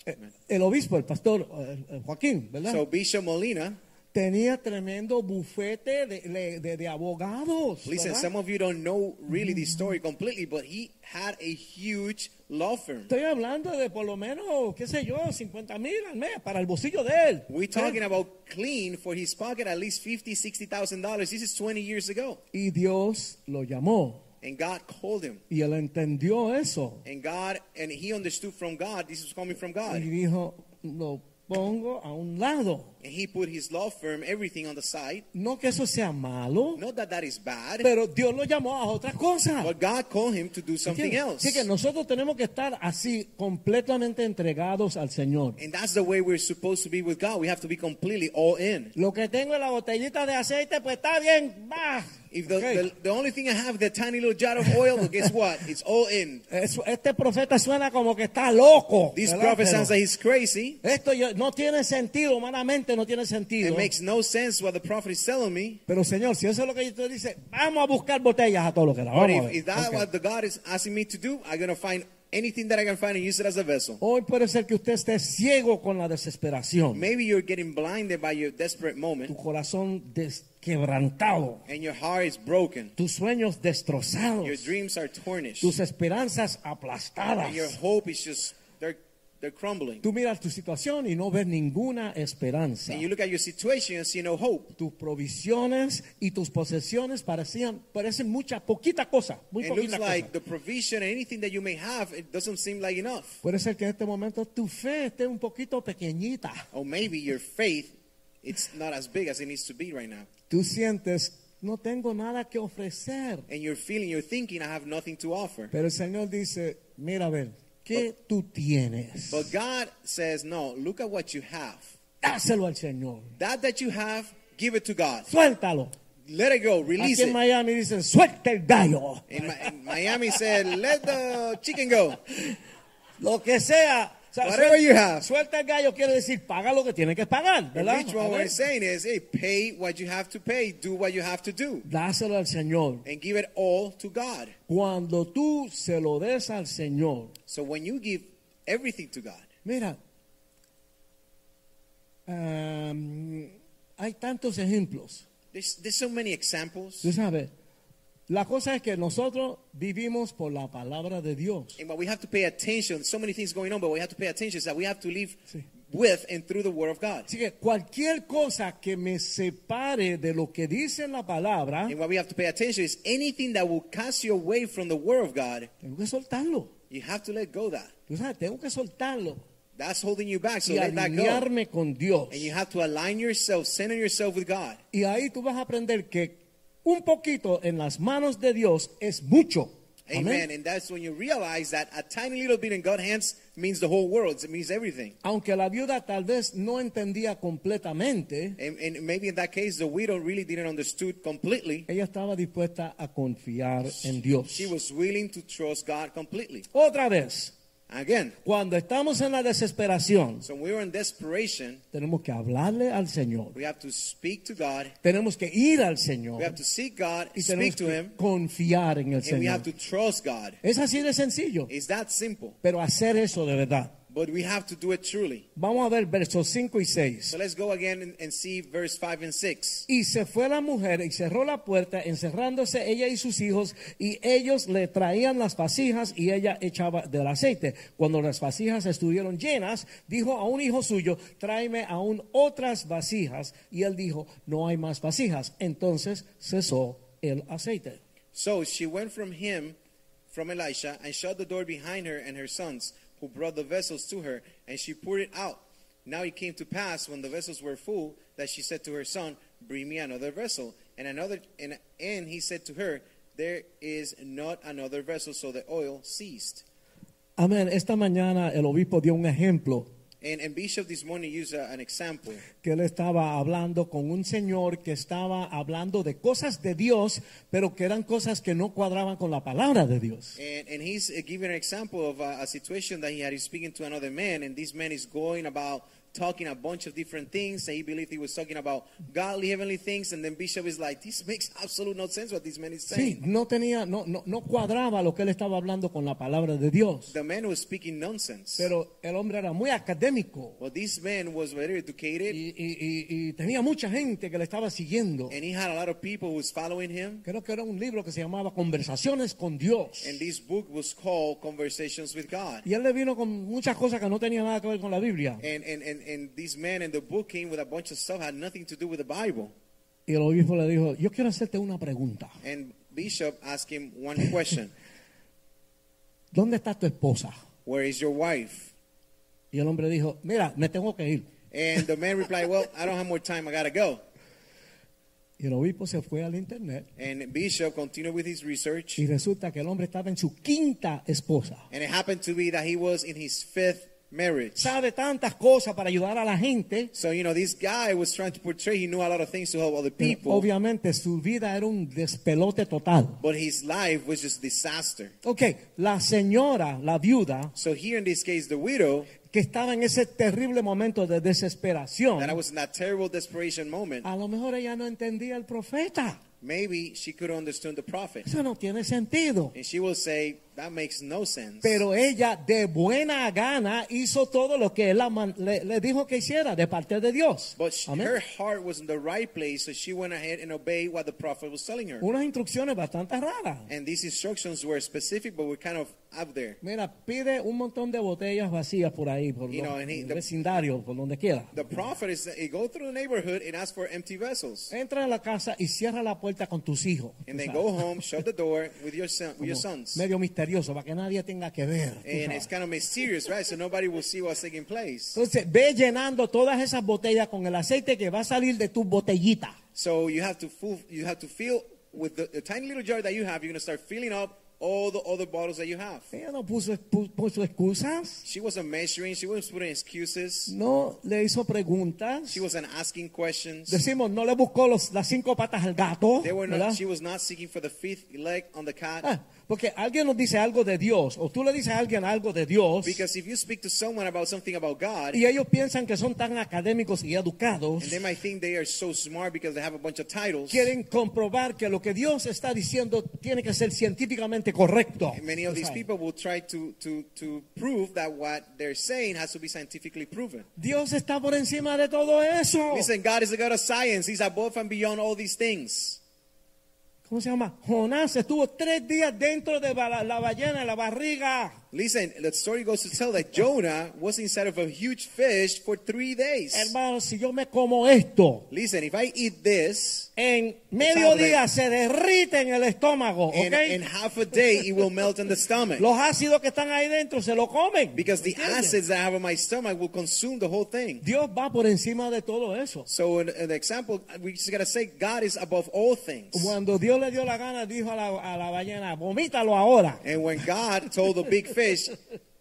Eh, El obispo, el pastor eh, eh, Joaquín, ¿verdad? So Bishop Molina, Tenía tremendo bufete de, le- de- de abogados. listen, ¿verdad? some of you don't know really the story completely, but he had a huge law firm. Estoy hablando de por lo menos, qué sé yo, 50 mil al mes para el bolsillo de él. ¿eh? We're talking ¿ok? about clean for his pocket at least fifty, sixty thousand dollars. This is twenty years ago, Y Dios lo llamó and God called him, y él entendió eso. and God and he understood from God. This was coming from Y God, dijo, lo pongo a un lado. and he put his law firm, everything on the side. No que eso sea malo, Not that that is bad, pero Dios lo llamó a otra cosa. but God called him to do something ¿Entiendes? else, Así que nosotros tenemos que estar así, completamente entregados al Señor. and that's the way we're supposed to be with God. We have to be completely all in. Lo que tengo en la botellita de aceite, pues está bien, va. If the, Ok. the, the only thing I have, the tiny little jar of oil, well, guess what? It's all in. Eso- este profeta suena como que está loco. This ¿verdad? prophet Pero sounds like he's crazy. esto yo, no tiene sentido, humanamente no tiene sentido. It makes no sense what the prophet is telling me. Pero Señor, si eso es lo que usted dice, vamos a buscar botellas a todo lo que da. But Vamos a if, ver. if that's Ok. what the God is asking me to do, I'm going to find anything that I can find and use it as a vessel. Hoy puede ser que usted esté ciego con la desesperación, Maybe you're getting blinded by your desperate tu moment corazón desquebrantado, and your heart is broken. tus sueños destrozados, Your dreams are tarnished. tus esperanzas And your aplastadas. hope is just, they're, they're crumbling. Tú miras tu situación y no ves ninguna esperanza. And you look at your situation and see no hope. Tus provisiones y tus posesiones parecían, parecen mucha, poquita cosa, muy It looks poquita cosa. like the provision and anything that you may have, it doesn't seem like enough. Puede ser que en este momento tu fe esté un poquito pequeñita. Or maybe your faith, it's not as big as it needs to be right now. Tú sientes, no tengo nada que ofrecer. And you're feeling, you're thinking, I have nothing to offer. Pero el Señor dice, mira a ver, ¿qué tú tienes? But God says, no, look at what you have. Dáselo al Señor. That that you have, give it to God. Suéltalo. Let it go. Release Aquí en it. Miami dicen, suelta el gallo. In, Mi- in Miami said, let the chicken go. Lo que sea. O sea, Whatever suel- you have. Suelta el gallo quiere decir, paga lo que tiene que pagar, In ¿verdad? which one A we're ver. saying is, hey, pay what you have to pay. Do what you have to do. Dáselo al Señor. And give it all to God. Cuando tú se lo des al Señor, So when you give everything to God, mira, um, hay tantos ejemplos. there's, there's so many examples. Tú sabes, la cosa es que nosotros vivimos por la palabra de Dios. And what we have to pay attention, so many things going on, but we have to pay attention is that we have to live Sí. with and through the Word of God. Así que cualquier cosa que me separe de lo que dice la palabra, And what we have to pay attention is anything that will cast you away from the Word of God, tengo que soltarlo. you have to let go that. Tú sabes, tengo que soltarlo That's holding you back. So y let that go. alinearme con Dios. And you have to align yourself, center yourself with God. Y ahí tú vas a aprender que un poquito en las manos de Dios es mucho. Amen. Amén. And that's when you realize that a tiny little bit in God's hands means the whole world. It means everything. Aunque la viuda tal vez no entendía completamente, And, and maybe in that case, the widow really didn't understood completely. ella estaba dispuesta a confiar en Dios. She was willing to trust God completely. Otra vez, Again, Cuando estamos en la desesperación, so we were in desperation. tenemos que hablarle al Señor. We have to speak to God. Tenemos que ir al We have Señor to seek God, y speak tenemos to Him, que confiar en el and we have Señor. to trust God. Es así de sencillo, It's that simple. pero hacer eso de verdad. But we have to do it truly. Vamos a ver versos 5 y 6. So let's go again and, and see verse 5 and 6. Y se fue la mujer y cerró la puerta, encerrándose ella y sus hijos, y ellos le traían las vasijas y ella echaba del aceite. Cuando las vasijas estuvieron llenas, dijo a un hijo suyo, tráeme aún otras vasijas. Y él dijo, no hay más vasijas. Entonces cesó el aceite. So she went from him, from Elisha, and shut the door behind her and her sons, who brought the vessels to her, and she poured it out. Now it came to pass, when the vessels were full, that she said to her son, Bring me another vessel. And another, and, and he said to her, There is not another vessel. So the oil ceased. Amén. Esta mañana el obispo dio un ejemplo And, and Bishop this morning used a, an example. que él estaba hablando con un señor que estaba hablando de cosas de Dios, pero que eran cosas que no cuadraban con la palabra de Dios. And, and he's uh, giving an example of a, a situation that he had. He's speaking to another man, and this man is going about talking a bunch of different things. And he believed he was talking about godly, heavenly things. And then Bishop is like, This makes absolute no sense what this man is Sí, saying. no tenía, no, no, no cuadraba lo que él estaba hablando con la palabra de Dios. The man was speaking nonsense. Pero el hombre era muy académico well, this man was very educated, y, y- y- y tenía mucha gente que le estaba siguiendo. and he had a lot of people who was following him. Creo que era un libro que se llamaba Conversaciones con Dios. And this book was called Conversations with God. Y él le vino con muchas cosas que no tenían nada que ver con la Biblia. And, and, and, and this man and the book came with a bunch of stuff had nothing to do with the Bible. Y el obispo le dijo, yo quiero hacerte una pregunta. And Bishop asked him one question. ¿Dónde está tu esposa? Where is your wife? Y el hombre dijo, mira, me tengo que ir. And the man replied, Well, I don't have more time. I got to go. Y el obispo se fue al internet And Bishop continued with his research. y resulta que el hombre estaba en su quinta esposa. And it happened to be that he was in his fifth marriage. sabe tantas cosas para ayudar a la gente. So, you know, this guy was trying to portray he knew a lot of things to help other pero people, obviamente su vida era un despelote total. but his life was just disaster. Ok, la señora, la viuda, So, here in this case, the widow, que estaba en ese terrible momento de desesperación, that I was in that terrible desperation moment, a lo mejor ella no entendía al profeta. maybe she could understand the prophet. Eso no tiene sentido. And she will say, that makes no sense. Pero ella de buena gana hizo todo lo que él la man- le, le dijo que hiciera de parte de Dios. But she, Amén. her heart was in the right place, so she went ahead and obeyed what the prophet was telling her. Unas instrucciones bastante raras. And these instructions were specific, but were kind of out there. Mira, pide un montón de botellas vacías por ahí, por You lo- know, and he- el the- vecindario, por donde quiera. The prophet is he go through the neighborhood and ask for empty vessels, Entra a la casa y cierra la puerta con tus hijos. and tú then sabes. go home, shut the door with your son, with your Como sons. Medio misterioso, para que nadie tenga que ver. tú And sabes. it's kind of mysterious, right? So nobody will see what's taking place. Entonces, ve llenando todas esas botellas con el aceite que va a salir de tus botellitas. So you have to full, you have to fill with the, the tiny little jar that you have. You're gonna start filling up all the other bottles that you have. Ella no puso, pu- puso excusas, She wasn't measuring. She wasn't putting excuses. no le hizo preguntas. She wasn't asking questions. Decimos, no le buscó los- las cinco patas al gato. They were ¿verdad? not, she was not seeking for the fifth leg on the cat. Ah, porque alguien nos dice algo de Dios, o tú le dices a alguien algo de Dios, Because if you speak to someone about something about God, y ellos piensan que son tan académicos y educados, and they might think they are so smart because they have a bunch of titles. quieren comprobar que lo que Dios está diciendo tiene que ser científicamente correcto. And many of Tú these sabes. people will try to, to, to prove that what they're saying has to be scientifically proven. Dios está por encima de todo eso. Listen, God is a God of science. He's above and beyond all these things. ¿Cómo se llama? Jonás estuvo tres días dentro de la, la ballena, la barriga. Listen, the story goes to tell that Jonah was inside of a huge fish for three days. Hermano, si yo me como esto, Listen, if I eat this, en mediodía se derrite en el estómago, in, ¿ok? in half a day, it will melt in the stomach. Los ácidos que están ahí dentro se lo comen. Because the ¿Entiendes? acids that I have in my stomach will consume the whole thing. Dios va por encima de todo eso. So, in, in the example, we just gotta say God is above all things. Cuando Dios le dio la gana, dijo a la, a la ballena, vomítalo ahora. And when God told the big fish,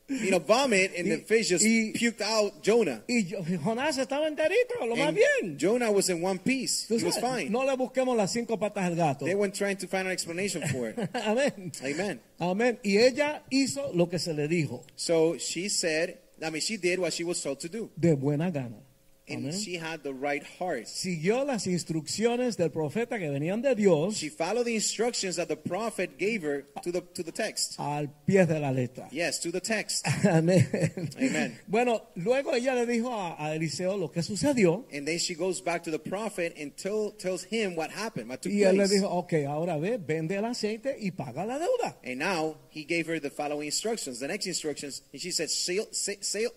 you know, vomit, and the Y- fish just y- puked out Jonah. Y yo- Jonás estaba enterito, lo más And bien. Jonah was in one piece. Tú He was sabes, fine. No le busquemos las cinco patas al gato. They weren't trying to find an explanation for it. Amén. Amen. Amén. Y ella hizo lo que se le dijo, So she said, I mean, she did what she was told to do. de buena gana. And Amén. she had the right heart. Siguió las instrucciones del profeta que venían de Dios She followed the instructions that the prophet gave her to the, to the text. al pie de la letra. Yes, to the text. Amén. Amen. Bueno, luego ella le dijo a, a Eliseo lo que sucedió. And then she goes back to the prophet and tell, tells him what happened, what took Y él le place. dijo, ok, ahora ve, vende el aceite y paga la deuda. and now he gave her the following instructions. The next instructions, and she said, sell, se- sell,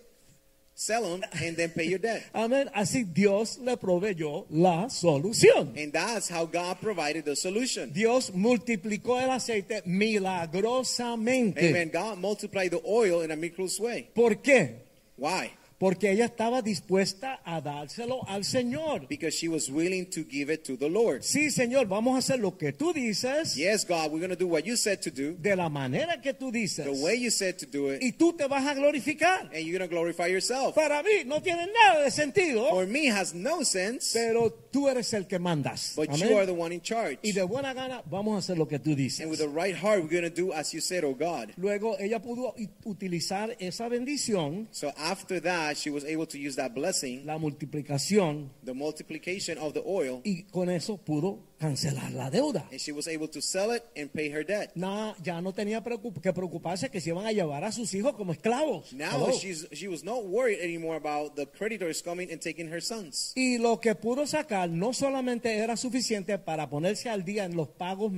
sell them and then pay your debt. Amén. Así Dios le proveyó la solución. And that's how God provided the solution. Dios multiplicó el aceite milagrosamente. Amen. God multiplied the oil in a miraculous way. ¿Por qué? Why? Porque ella estaba dispuesta a dárselo al Señor. Because she was willing to give it to the Lord. Sí, Señor, vamos a hacer lo que tú dices, Yes, God, we're going to do what you said to do, de la manera que tú dices. the way you said to do it, Y tú te vas a glorificar. and you're going to glorify yourself. Para mí no tiene nada de sentido, For me has no sense, pero tú eres el que mandas. but Amén. you are the one in charge. Y de buena gana vamos a hacer lo que tú And dices. with the right heart, we're going to do as you said, oh God. Luego ella pudo i- utilizar esa bendición, So after that, she was able to use that blessing, la multiplicación, the multiplication of the oil, y con eso pudo cancelar la deuda. and she was able to sell it and pay her debt. Na- ya no tenía preocup- que preocuparse que se iban a llevar a sus hijos como esclavos. Now Hello. she's, she was not worried anymore about the creditors coming and taking her sons. y lo que pudo sacar no solamente era suficiente para ponerse al día en los pagos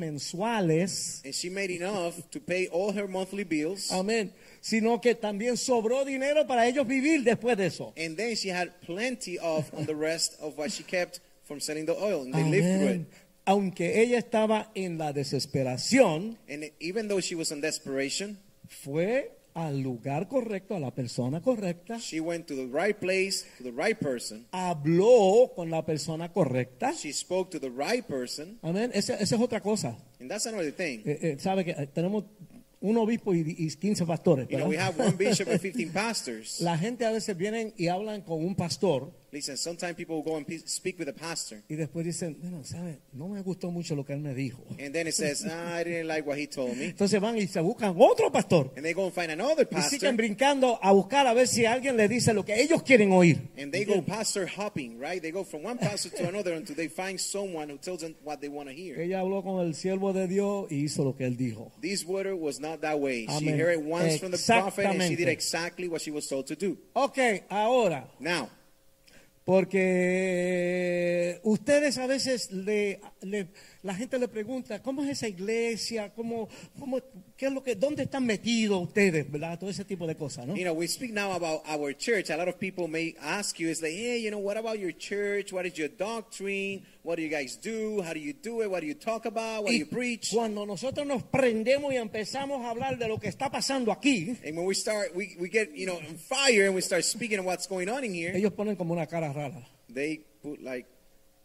mensuales, And she made enough to pay all her monthly bills, amén, sino que también sobró dinero para ellos vivir después de eso. and then she had plenty of on the rest of what she kept from selling the oil, and they lived through it. Amén. Aunque ella estaba en la desesperación, And even though she was in desperation, fue al lugar correcto, a la persona correcta, she went to the right place, to the right person. habló con la persona correcta. She spoke to the right person, Amén. Esa, esa es otra cosa. and that's another thing. Eh, eh, sabe que eh, tenemos un obispo y, y 15 pastores. You ¿verdad? know, we have one bishop and 15 pastors. La gente a veces vienen y hablan con un pastor Listen, sometimes people will go and pe- speak with a pastor, y después dicen, bueno, ¿sabes? No me gustó mucho lo que él me dijo. and then it says, "Ah, I didn't like what he told me. Entonces van y se buscan otro pastor. And they go and find another Y siguen pastor, brincando a buscar a ver si alguien les dice lo que ellos quieren oír. and they go pastor hopping, right? They go from one pastor to another until they find someone who tells them what they want to hear. Ella habló con el siervo de Dios y hizo lo que él dijo. This water was not that way. She Amen. heard it once from the prophet, and she did Exactamente. exactly what she was told to do. Ok, ahora, Now, porque ustedes a veces le, le- la gente le pregunta, ¿cómo es esa iglesia? ¿Cómo, cómo, qué es lo que, ¿Dónde están metidos ustedes? ¿Verdad? Todo ese tipo de cosas, ¿no? you know, we speak now about our church. A lot of people may ask you, it's like, hey, you know, what about your church? What is your doctrine? What do you guys do? How do you do it? What do you talk about? What do Y you preach? cuando nosotros nos prendemos y empezamos a hablar de lo que está pasando aquí, And when we start, we, we get, you know, on fire and we start speaking of what's going on in here, ellos ponen como una cara rara. they put like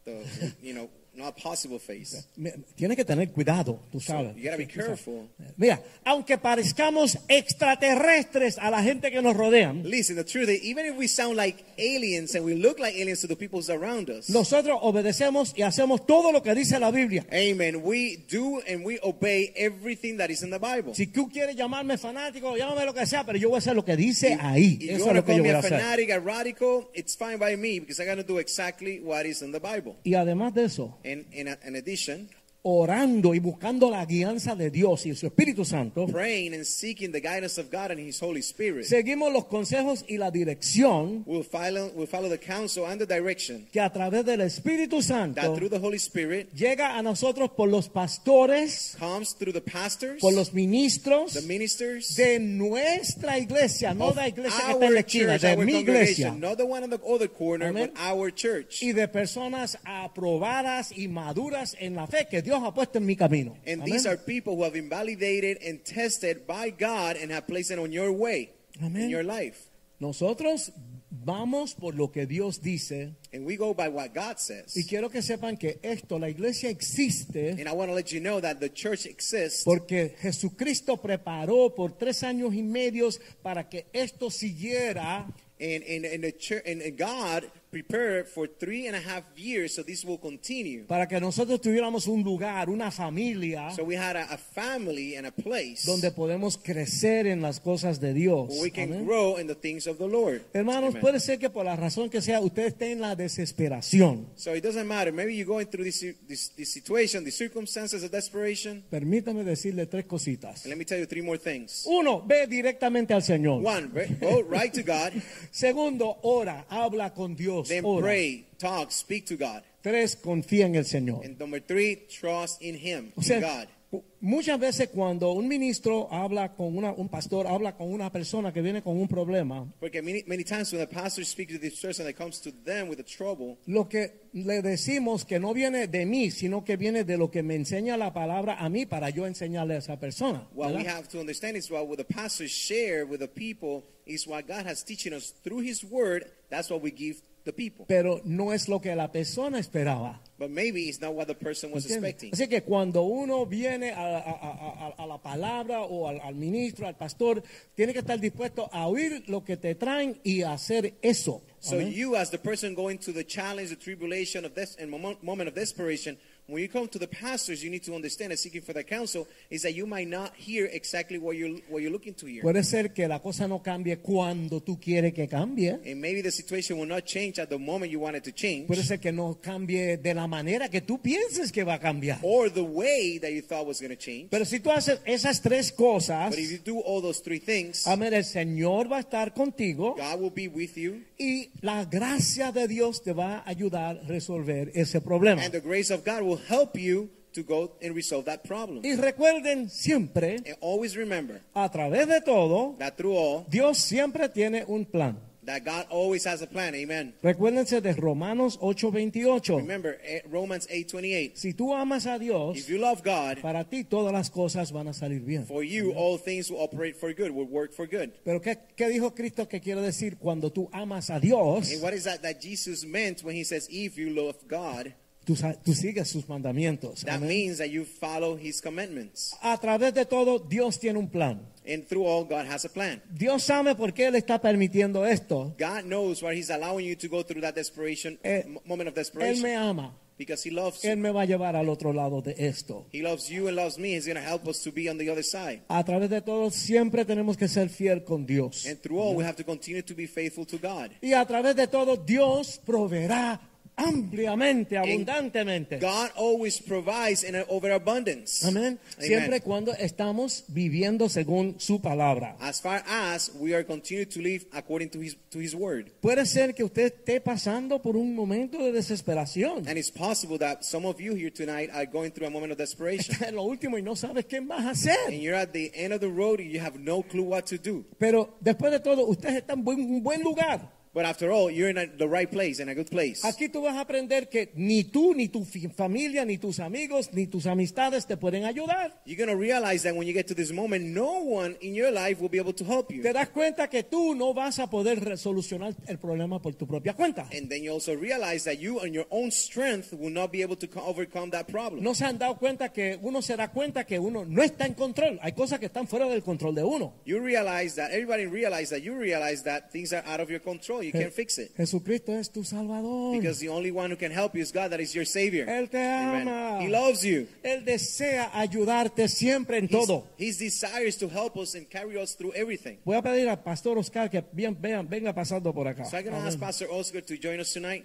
the, you know, not possible face. Me- Tienes que tener cuidado, tú sabes. you gotta be Sí, tú sabes. careful. Mira, aunque parezcamos extraterrestres a la gente que nos rodean, Listen, the truth is, even if we sound like aliens and we look like aliens to the people around us, nosotros obedecemos y hacemos todo lo que dice la Biblia. amen, we do and we obey everything that is in the Bible. Si tú quieres llamarme fanático, llámame lo que sea, pero yo voy a hacer lo que dice If ahí. you Eso es want to lo que call yo me voy a a hacer. fanatic, a radical, it's fine by me because i got to do exactly what is in the Bible. Y además de eso, And in, in addition, orando y buscando la guianza de Dios y su Espíritu Santo, praying and seeking the guidance of God and His Holy Spirit. seguimos los consejos y la dirección We'll follow, we'll follow the counsel and the direction que a través del Espíritu that Santo through the Holy Spirit llega a nosotros por los pastores, comes through the pastors, por los ministros the ministers, de nuestra iglesia, no of la iglesia que está en la our esquina, church, de our mi iglesia. congregation, not the one in the other corner, Amén. but our church. Y de personas aprobadas y maduras en la fe que Dios ha puesto en mi camino. And Amén. these are people who have been validated and tested by God and have placed it on your way, Amen. in your life. Nosotros vamos por lo que Dios dice. And we go by what God says. Y quiero que sepan que esto, la iglesia existe And I want to let you know that the church exists porque Jesucristo preparó por tres años y medio para que esto siguiera and, and, and, the church, and and God prepared for three and a half years so this will continue. para que nosotros tuviéramos un lugar, una familia So we had a, a family and a place donde podemos crecer en las cosas de Dios. where we can Amén. grow in the things of the Lord. Hermanos, Amen. puede ser que por la razón que sea ustedes estén en la desesperación. So it doesn't matter. Maybe you're going through this, this, this situation, the circumstances of desperation. Permítame decirle tres cositas. And let me tell you three more things. Uno, ve directamente al Señor. One, re- go right to God. Segundo, ora, habla con Dios. Then ora. pray, talk, speak to God. Tres, confía en el Señor. And number three, trust in Him, O in sea, God. mu- muchas veces cuando un ministro habla con una, un pastor, habla con una persona que viene con un problema, Porque many, many times when the pastor speaks to this person that comes to them with a trouble, lo que le decimos que no viene de mí, sino que viene de lo que me enseña la palabra a mí para yo enseñarle a esa persona. what we ¿verdad? have to understand is what, what the pastors share with the people is what God has teaching us through His Word. That's what we give the people. Pero no es lo que la persona esperaba. But maybe it's not what the person was ¿entiendes? expecting. Así que cuando uno viene a, a- a- a- a la palabra o al, al ministro, al pastor, tiene que estar dispuesto a oír lo que te traen y hacer eso. So Amén. you, as the person going through the challenge, the tribulation of this and moment, moment of desperation, when you come to the pastors, you need to understand that seeking for their counsel is that you might not hear exactly what you're what you're looking to hear, Puede ser que la cosa no cambie cuando tú quieres que cambie. and maybe the situation will not change at the moment you want it to change, Puede ser que no cambie de la manera que tú pienses que va a cambiar. or the way that you thought was going to change. Pero si tú haces esas tres cosas, But if you do all those three things, amén, el Señor va a estar contigo God will be with you, y la gracia de Dios te va a ayudar a resolver ese problema. and the grace of God will help you to go and resolve that problem. Y recuerden siempre, And always remember a través de todo, that through all, Dios siempre tiene un plan. that God always has a plan. Amen. Recuérdense de Romanos 8:28. Remember eh, Romans 8:28. Si tú amas a Dios, If you love God, para ti todas las cosas van a salir bien. for you all things will operate for good, will work for good. Pero ¿qué, qué dijo Cristo que quiere decir cuando tú amas a Dios? And what is that that Jesus meant when he says, if you love God? tú, sa- tú sigues sus mandamientos. That Amén. means that you follow his commandments. A través de todo, Dios tiene un plan. And through all, God has a plan. Dios sabe por qué Él está permitiendo esto. God knows why he's allowing you to go through that desperation, Eh, m- moment of Él desperation. me ama. because he loves Él you. me va a llevar al otro lado de esto. He loves you and loves me. He's going to help us to be on the other side. A través de todo, siempre tenemos que ser fiel con Dios. And through all, we have to continue to be faithful to God. Y a través de todo, Dios proveerá ampliamente, abundantemente. God always provides in an overabundance. Amén. Siempre cuando estamos viviendo según su palabra. As far as we are continued to live according to his, to his word. Puede ser que usted esté pasando por un momento de desesperación. And it's possible that some of you here tonight are going through a moment of desperation. Está en lo último y no sabes qué más and hacer. you're at the end of the road and you have no clue what to do. Pero después de todo, usted está en buen- un buen lugar. But after all, you're in a, the right place, in a good place. Aquí tú vas a aprender que ni tú, ni tu fi- familia, ni tus amigos, ni tus amistades te pueden ayudar. You're going to realize that when you get to this moment, no one in your life will be able to help you. Te das cuenta que tú no vas a poder re- solucionar el problema por tu propia cuenta. And then you also realize that you on your own strength will not be able to co- overcome that problem. No se han dado cuenta que uno se da cuenta que uno no está en control. Hay cosas que están fuera del control de uno. You realize that everybody realize that you realize that things are out of your control. You can't fix it. Jesucristo es tu Salvador. Because the only one who can help you is God, that is your Savior. Él te Amen. ama. He loves you. Él desea ayudarte siempre en todo. His desires to help us and carry us through everything. Voy a pedir al pastor Oscar que bien- vean- venga pasando por acá. So I'm going to Amén. ask Pastor Oscar to join us tonight.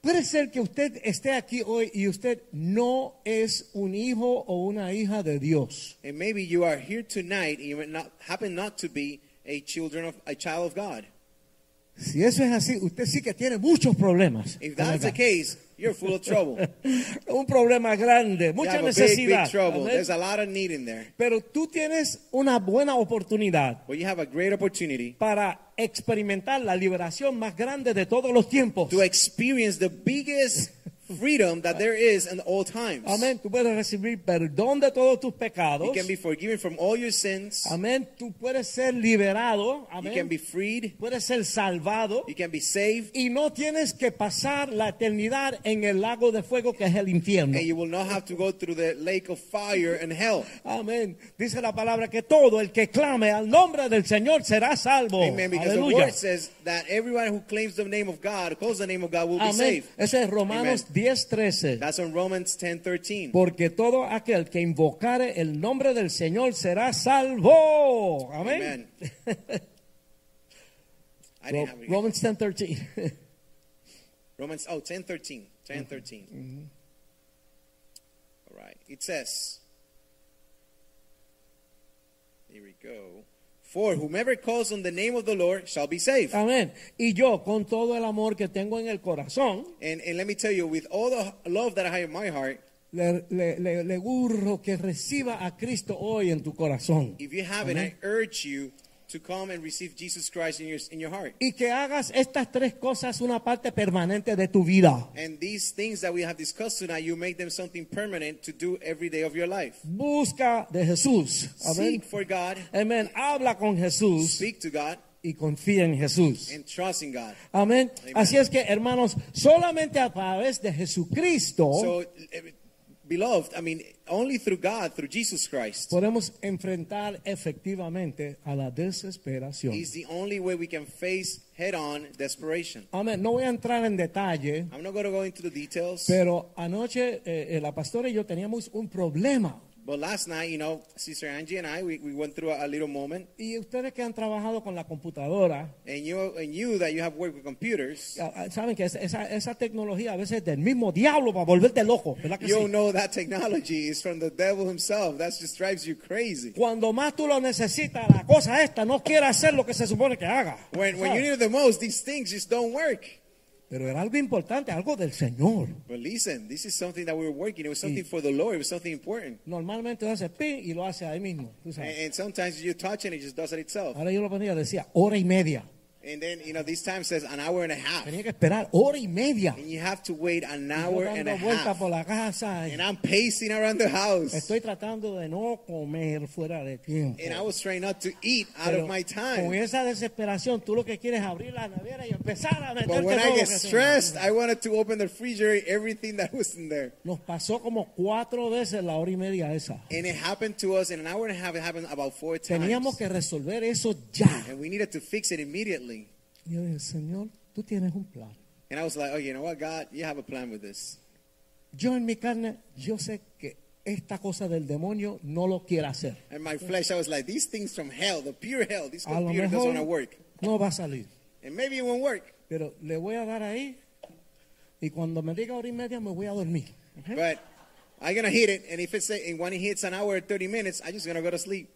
Puede ser que usted esté aquí hoy y usted no es un hijo o una hija de Dios. And maybe you are here tonight and you may not, happen not to be a children of a child of God. Si eso es así, usted sí que tiene muchos problemas. If Ven that's acá. the case, you're full of trouble. un problema grande, you mucha have a big, necesidad. big trouble. Amén. There's a lot of need in there. Pero tú tienes una buena oportunidad Well, you have a great opportunity para experimentar la liberación más grande de todos los tiempos. to experience the biggest freedom that there is in all times. Amén. Tú puedes recibir perdón de todos tus pecados. You can be forgiven from all your sins. Amén. Tú puedes ser liberado. You Amén. can be freed. Puedes ser salvado. You can be saved. Y no tienes que pasar la eternidad en el lago de fuego que es el infierno. And you will not have to go through the lake of fire and hell. Amén. Dice la palabra que todo el que clame al nombre del Señor será salvo. Amen. Because the Aleluya. word says that everyone who claims the name of God, calls the name of God, will be Amén. saved. Ese es Romanos Amen. 10:13. That's in Romans 10 13. Porque todo aquel que invocare el nombre del Señor será salvo. Amén. Amen. I didn't have it. here. Romans 10:13. Romans, oh, 10 13. 10 13. All right. It says, here we go. For whomever calls on the name of the Lord shall be saved. Amén. Y yo, con todo el amor que tengo en el corazón, and, and let me tell you, with all the love that I have in my heart, le, le, le- le urro que reciba a Cristo hoy en tu corazón. if you haven't, I urge you to come and receive Jesus Christ in your, in your heart. Y que hagas estas tres cosas una parte permanente de tu vida. And these things that we have discussed tonight, you make them something permanent to do every day of your life. Busca de Jesús. Amén. Seek for God, Amén. Habla con Jesús speak to God, y confía en Jesús. and trust in God. Amén. Amen. Así es que, hermanos, solamente a través de Jesucristo So, eh, beloved, I mean, only through God, through Jesus Christ, podemos enfrentar efectivamente a la desesperación. is the only way we can face head on desperation. Amén. No voy a entrar en detalle, I'm not going to go into the details, pero anoche eh, eh, la pastora y yo teníamos un problema. but last night, you know, Sister Angie and I, we, we went through a, a little moment, Y ustedes que han trabajado con la computadora, and you and you that you have worked with computers, ah, ah, saben que esa, esa- esa tecnología a veces es del mismo diablo para volverte loco, ¿verdad que you sí? don't know that technology is from the devil himself. That just drives you crazy. Cuando más tú lo necesitas, la cosa esta no quiere hacer lo que se supone que haga. When, when you ¿sabes? need it the most, these things just don't work. Pero era algo importante, algo del Señor. But listen, this is something that we were working. It was Mm. something for the Lord. It was something important. Normalmente hace pin y lo hace ahí mismo. tú And, sabes. Uh-huh. and sometimes you touch it, it just does it itself. Ahora yo lo ponía, decía hora y media. And then, you know, this time says an hour and a half. Tenía que esperar hora y media. And you have to wait an Yo hour and dando a vueltas half. por la casa. And I'm pacing around the house. Estoy tratando de no comer fuera de tiempo. And I was trying not to eat out Pero of my Con time. esa desesperación, tú lo que quieres es abrir la nevera y empezar a meterte But when todo I lo que get tengas. stressed, I wanted to open the refrigerator, everything that was in there. Nos pasó como cuatro veces la hora y media esa. And it happened to us in an hour and a half. It happened about four Teníamos que times. resolver eso ya. And we needed to fix it immediately. Y yo dije, Señor, tú tienes un plan. And I was like, oh, you know what, God, you have a plan with this. Yo en mi carne, yo sé que esta cosa del demonio no lo quiere hacer. And my flesh, I was like, these things from hell, the pure hell, this A lo computer doesn't want to mejor work. no va a salir. And maybe it won't work. Pero le voy a dar ahí y cuando me diga hora y media me voy a dormir. But I'm going to hit it. And if it's and when it hits an hour and 30 minutes, I'm just going to go to sleep.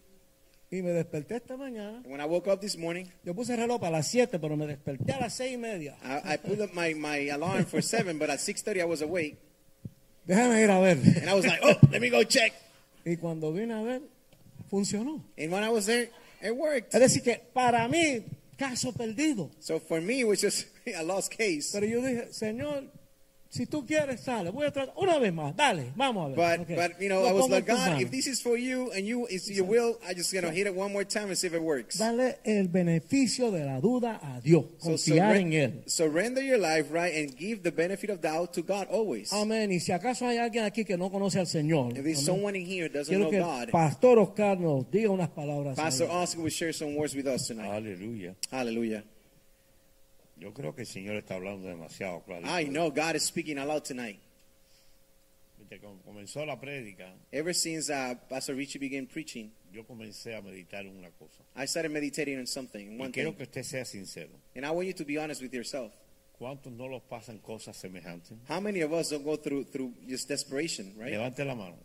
Y me desperté esta mañana. And when I woke up this morning, Yo puse el reloj para las 7, pero me desperté a las 6 y media. I, I pulled up my, my alarm for 7, but at 6.30 I was awake. Déjame ir a ver. And I was like, oh, let me go check. Y cuando vine a ver, funcionó. And when I was there, it worked. Es decir, que para mí, caso perdido. So for me, it was just a lost case. Pero yo dije, Señor, si tú quieres, sale. Voy a tratar una vez más. Dale, vamos a ver. But Ok. but you know, Lo I was pongo en like, tus God, manos. if this is for you and you is your will, I just gonna hit it one more time and see if it works. Dale el beneficio de la duda a Dios. So Confiar surre- en Él. surrender your life, right, and give the benefit of doubt to God always. Amén. Y si acaso hay alguien aquí que no conoce al Señor, If there's amén. someone in here who doesn't quiero know que God, el Pastor Oscar nos diga unas palabras. Pastor ahí. Oscar will share some words with us tonight. Aleluya. Hallelujah. Yo creo que el Señor está hablando demasiado claro. I know God is speaking aloud tonight. Desde que comenzó la prédica, Ever since uh, Pastor Richie began preaching, yo comencé a meditar en una cosa. I started meditating on something, Y one quiero thing, que usted sea sincero. and I want you to be honest with yourself. ¿Cuántos no los pasan cosas semejantes? How many of us don't go through through just desperation, right? Levante la mano.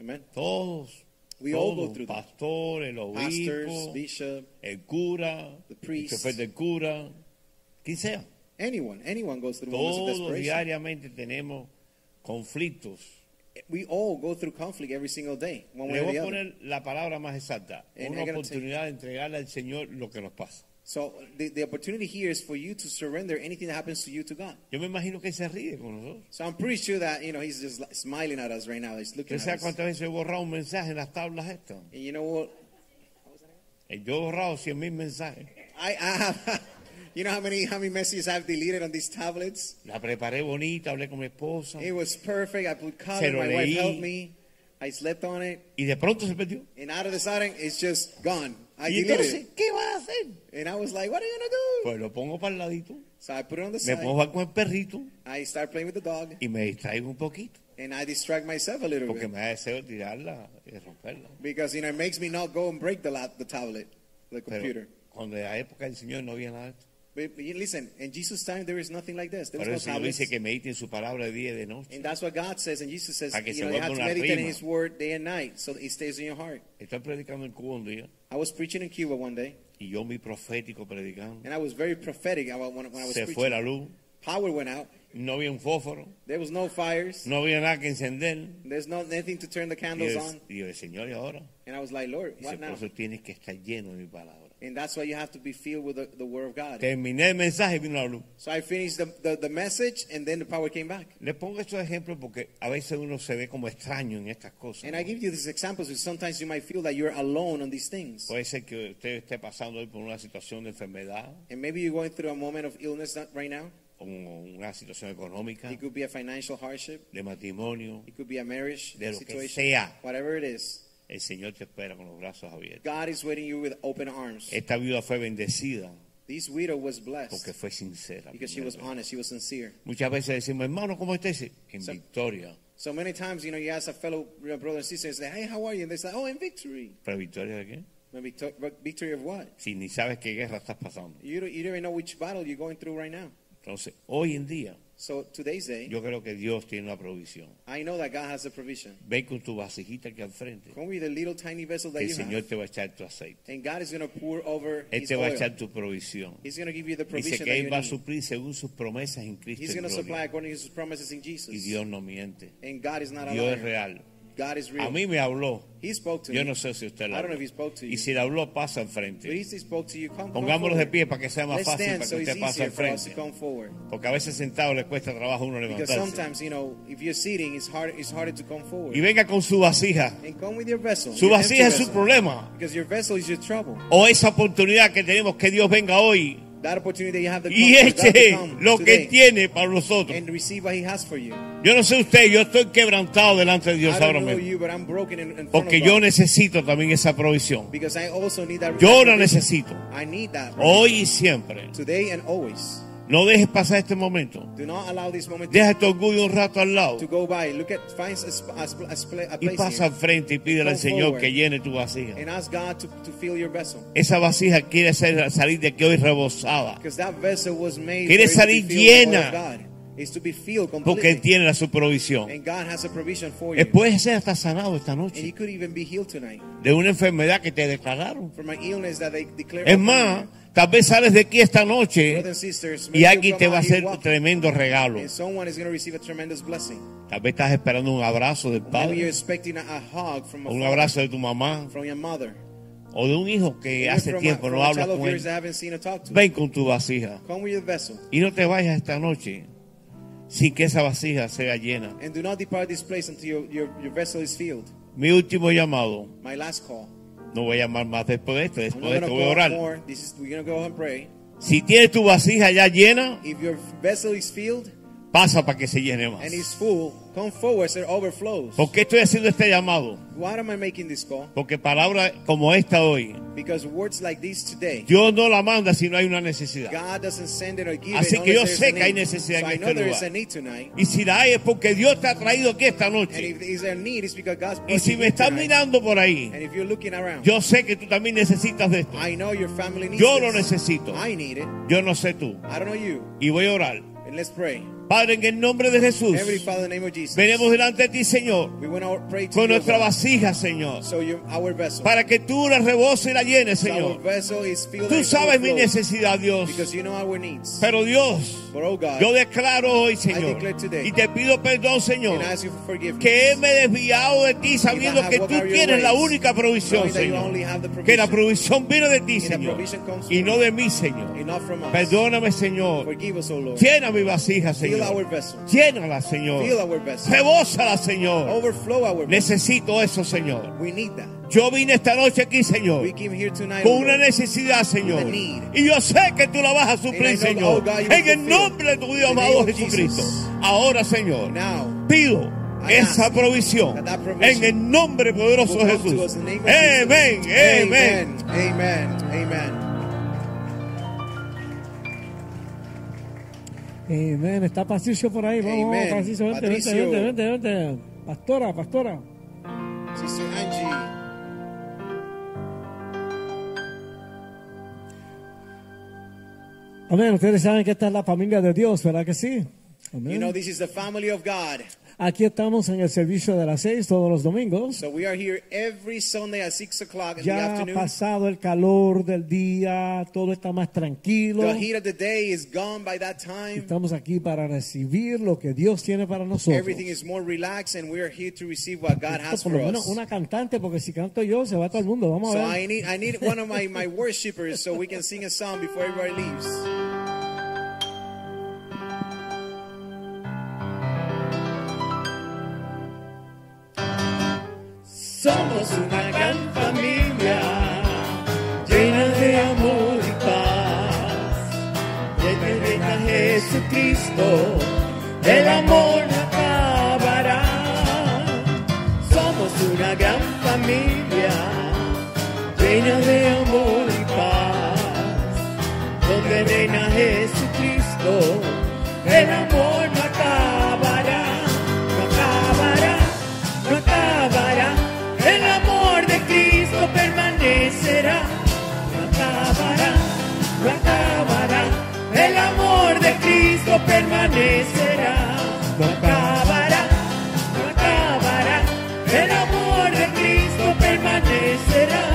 Amen. Todos. We all go todos, through that. pastores, los Pastors, obispos, bishop, el cura, The priest. el chofer del cura, quien sea. Anyone, anyone goes through moments of Todos desperation. diariamente tenemos conflictos. We all go through conflict every single day, one way Le or voy the a other. poner la palabra más exacta. And Una I gotta take- oportunidad de entregarle al Señor lo que nos pasa. So the, the opportunity here is for you to surrender anything that happens to you to God. Yo me imagino que él se ríe con nosotros. So I'm pretty sure that you know he's just like, smiling at us right now. He's looking Usted sabe at us. cuántas veces he borrado un mensaje en las tablas estas. And you know what? Eh, Yo he borrado 100 mil mensajes. I, I have, you know how many how many messages I've deleted on these tablets. La preparé bonita, hablé con mi esposa. It was perfect. I put Oh. color. Se lo My wife leí. helped me. I slept on it, Y de pronto se perdió. and out of the sudden, it's just gone. I Y deleted entonces, it, ¿qué vas a hacer? and I was like, "What are you gonna do?" Pues lo pongo para el ladito. So I put it on the Me side. pongo a jugar con el perrito I start playing with the dog, y me distraigo un poquito. and I distract myself a little Porque bit me da deseo tirarla y romperla. because you know it makes me not go and break the lap, the tablet, the Pero computer. cuando en la época del Señor no había nada de esto. But, but you- listen, in Jesus' time there is nothing like this. There Por was eso no el Señor tablets, dice que medite en su palabra de día y de noche. and that's what God says. And Jesus says, A que se you know, you have vuelva to una meditate in rima. His Word day and night, so that it stays in your heart. Estoy predicando en Cuba un día I was preaching in Cuba one day, y yo, mi profético predicando, and I was very prophetic about when, when I was se preaching. fue la luz, Power went out. no había un fósforo, There was no fires. no había nada que encender. There's no nothing to turn the Y candles el, on. y el Señor, ¿y ahora? And I was like, Lord, Dice, what por now? eso tienes que estar lleno de mi palabra. And that's why you have to be filled with the, the Word of God. Terminé el mensaje y vino la luz. So I finished the, the, the message, and then the power came back. Les pongo estos ejemplos porque a veces uno se ve como extraño en estas cosas. And ¿no? I give you these examples because sometimes you might feel that you're alone on these things. Puede ser que usted esté pasando hoy por una situación de enfermedad And maybe you're going through a moment of illness not- right now. o una situación económica, It could be a financial hardship. de matrimonio. It could be a marriage De lo que situation. sea. Whatever it is, El Señor te espera con los brazos abiertos. God is waiting you with open arms. Esta viuda fue bendecida This widow was porque blessed fue sincera. because she was primero. honest. She was sincere. Muchas veces decimos, hermano, ¿cómo estás? En So- victoria. So many times, you know, you ask a fellow you know, brother and sister, you say, "Hey, how are you?" And they say, "Oh, in victory." ¿Pero victoria de qué? But victo- but victory of what? Si ni sabes qué guerra estás pasando. You don't, you don't even know which battle you're going through right now. Entonces, hoy en día, So today's day, Yo creo que Dios tiene una provisión. I know that God has a provision. Ven con tu vasijita aquí al frente. Come with the little tiny vessel that El you Señor have, te va a echar tu aceite. and God is going to pour over Él His te va a oil. echar tu provisión. He's going to give you the Dice provision que that you Él va a need. suplir según sus promesas en Cristo. He's en going to gloria. supply according to His promises in Y Jesus. Dios no miente. And God is not a Dios es liar. real. God is real. A mí me habló. He spoke to Yo me. no sé si usted I lo don't know habló. if he spoke to you. Y si le habló, But pasa he enfrente. spoke to you. Come, come Pongámoslos de forward. pie para que sea más Let's fácil stand para que so it's usted pase easier al for us to frente. come forward. Porque a veces sentado le cuesta trabajo a uno Because levantarse. sometimes, you know, if you're sitting, it's hard. It's harder to come forward. Y venga con su vasija. And come with your vessel. Su your empty vasija es su vessel. problema. Because your vessel is your trouble. O esa oportunidad que tenemos, que Dios venga hoy That opportunity you have to come, y you have to eche come lo que today tiene para nosotros. and receive what He has for you. Yo no sé usted, yo estoy quebrantado delante de I Dios don't ahora know mismo. you, but I'm broken in, in front Porque of yo God. necesito también esa provisión. Because I also need that. Yo la recognition. necesito. I need that. Hoy y siempre. Today and always. No dejes pasar este momento. Do not allow this moment to, Deja tu orgullo un rato al lado. to go by. Look at find a, sp- a, sp- a, spla- a Y place pasa al here frente y pídele al Come Señor forward. que llene tu vasija. and ask God to, to fill your vessel. Esa vasija quiere ser- salir de aquí hoy rebosada. Because that vessel was made Quiere for it salir to be filled with llena. all of God. It's to be filled Porque completely. Él tiene la su provisión. and God has a provision for you. Él puede ser hasta sanado esta and you noche could even be healed tonight de una enfermedad que te declararon. from an illness that they declare. Es upon más, you. tal vez sales de aquí esta noche brothers and sisters, y maybe you alguien te come va a out here hacer un walking, tremendo regalo. And someone is going to receive a tremendous blessing. Tal vez estás esperando un abrazo del Maybe you're padre, expecting a, a hug from a o un father, abrazo de tu mamá, from your mother. o de un hijo que Even hace from a, tiempo from no a hablas child of con yours that él. I haven't seen or talked to. Ven con tu vasija Come with your vessel. y no te vayas esta noche sin que esa vasija sea llena. And do not depart this place until your, your, your vessel is filled. Mi último llamado, My last call. no voy a llamar más después de esto, I'm después de not esto gonna voy a go out orar. more. This is we're gonna go and pray. Si tienes tu vasija ya llena, If your vessel is filled pasa para que se llene más. and is full, come forward so it overflows. ¿Por qué estoy haciendo este llamado? Why am I making this call? Porque palabras como esta hoy, Because words like these today, Dios no la manda si no hay una necesidad. God doesn't send it or give Así it. que yo unless there's sé a que hay need. necesidad so en I este know there is a lugar. need tonight. Y si la hay es porque Dios te ha traído aquí esta And noche. if there is a need, it's because God's Y si putting me you estás tonight. mirando por ahí, And if you're looking around, yo sé que tú también necesitas de esto. I know your family needs Yo lo this. necesito. I need it. Yo no sé tú. I don't know you. Y voy a orar. And let's pray. Padre, en el nombre de Jesús, Heavenly Father, in the name of Jesus. venimos delante de ti, Señor, We want to pray to con you, nuestra God. vasija, Señor, So your, our vessel. para que tú la reboses y la llenes, So our Señor. vessel is filled Tú and sabes mi overflows. necesidad, Dios. Because you know our needs. Pero Dios, But oh God, yo declaro hoy, Señor, declare today. y te pido perdón, and Señor, ask you for forgiveness. que me he desviado de ti sabiendo have que walked tú out your tienes la ways, única provisión, knowing that you Señor. only have the Que la provision. provisión viene de ti, And the Señor, provision comes y from no you. de mí, Señor. and not from us. Perdóname, Señor. Forgive us, O Lord. Llena mi vasija, Fill our Señor. vessel. Llénala, Fill Señor. our Oh. vessel. Rebósala, Señor. Overflow our vessel. Necesito eso, Señor. We need that. Yo vine esta noche aquí, We Señor, came here tonight. con O una Lord. necesidad, Señor. With a need. Y yo sé que tú la vas a And I suplir, know that, Señor. oh God, you will En el fulfill. nombre de tu Dios In the amado name of Jesucristo. Jesus. Ahora, Señor, Now, pido I esa ask provisión that that en provision el nombre poderoso will de come to us Jesús. in the name of Amén, Jesus. amén. Amen. Amen. Amen. Amén. Está Patricio por ahí. Vamos, Amen. vamos, Patricio. Vente, Patricio. vente, vente, vente, vente. Pastora, pastora. Sister Angie, Amén. Ustedes saben que esta es la familia de Dios, ¿verdad que sí? Amén. you know this is the family of God. Aquí estamos en el servicio de las seis todos los domingos. So we are here every Sunday at 6 o'clock in the Ya ha afternoon. pasado el calor del día, todo está más tranquilo. The heat of the day is gone by that time. Estamos aquí para recibir lo que Dios tiene para nosotros. Everything is more relaxed, and we are here to receive what God has Esto Pues, por for lo menos us. una ¿eh? cantante, porque si canto yo se va todo el mundo. Vamos So a ver. I need I need one of my, my worshipers so we can sing a song before everybody leaves. Somos una gran familia llena de amor y paz. Desde que venga Jesucristo, el amor no acabará. Somos una gran familia llena de amor y paz. Donde venga Jesucristo, el amor no acabará, no acabará, no acabará. El amor de Cristo permanecerá, no acabará, no acabará. El amor de Cristo permanecerá, no acabará, no acabará. El amor de Cristo permanecerá,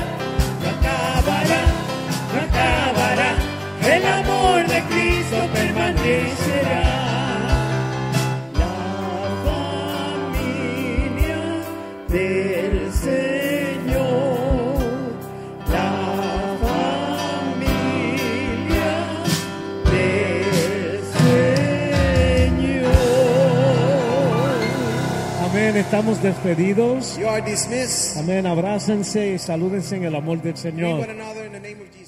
no acabará, no acabará. El amor de Cristo permanecerá. La familia de Amén, estamos despedidos. You are dismissed. Amén, abrácense y salúdense en el amor del Greet Señor. one another in the name of Jesus.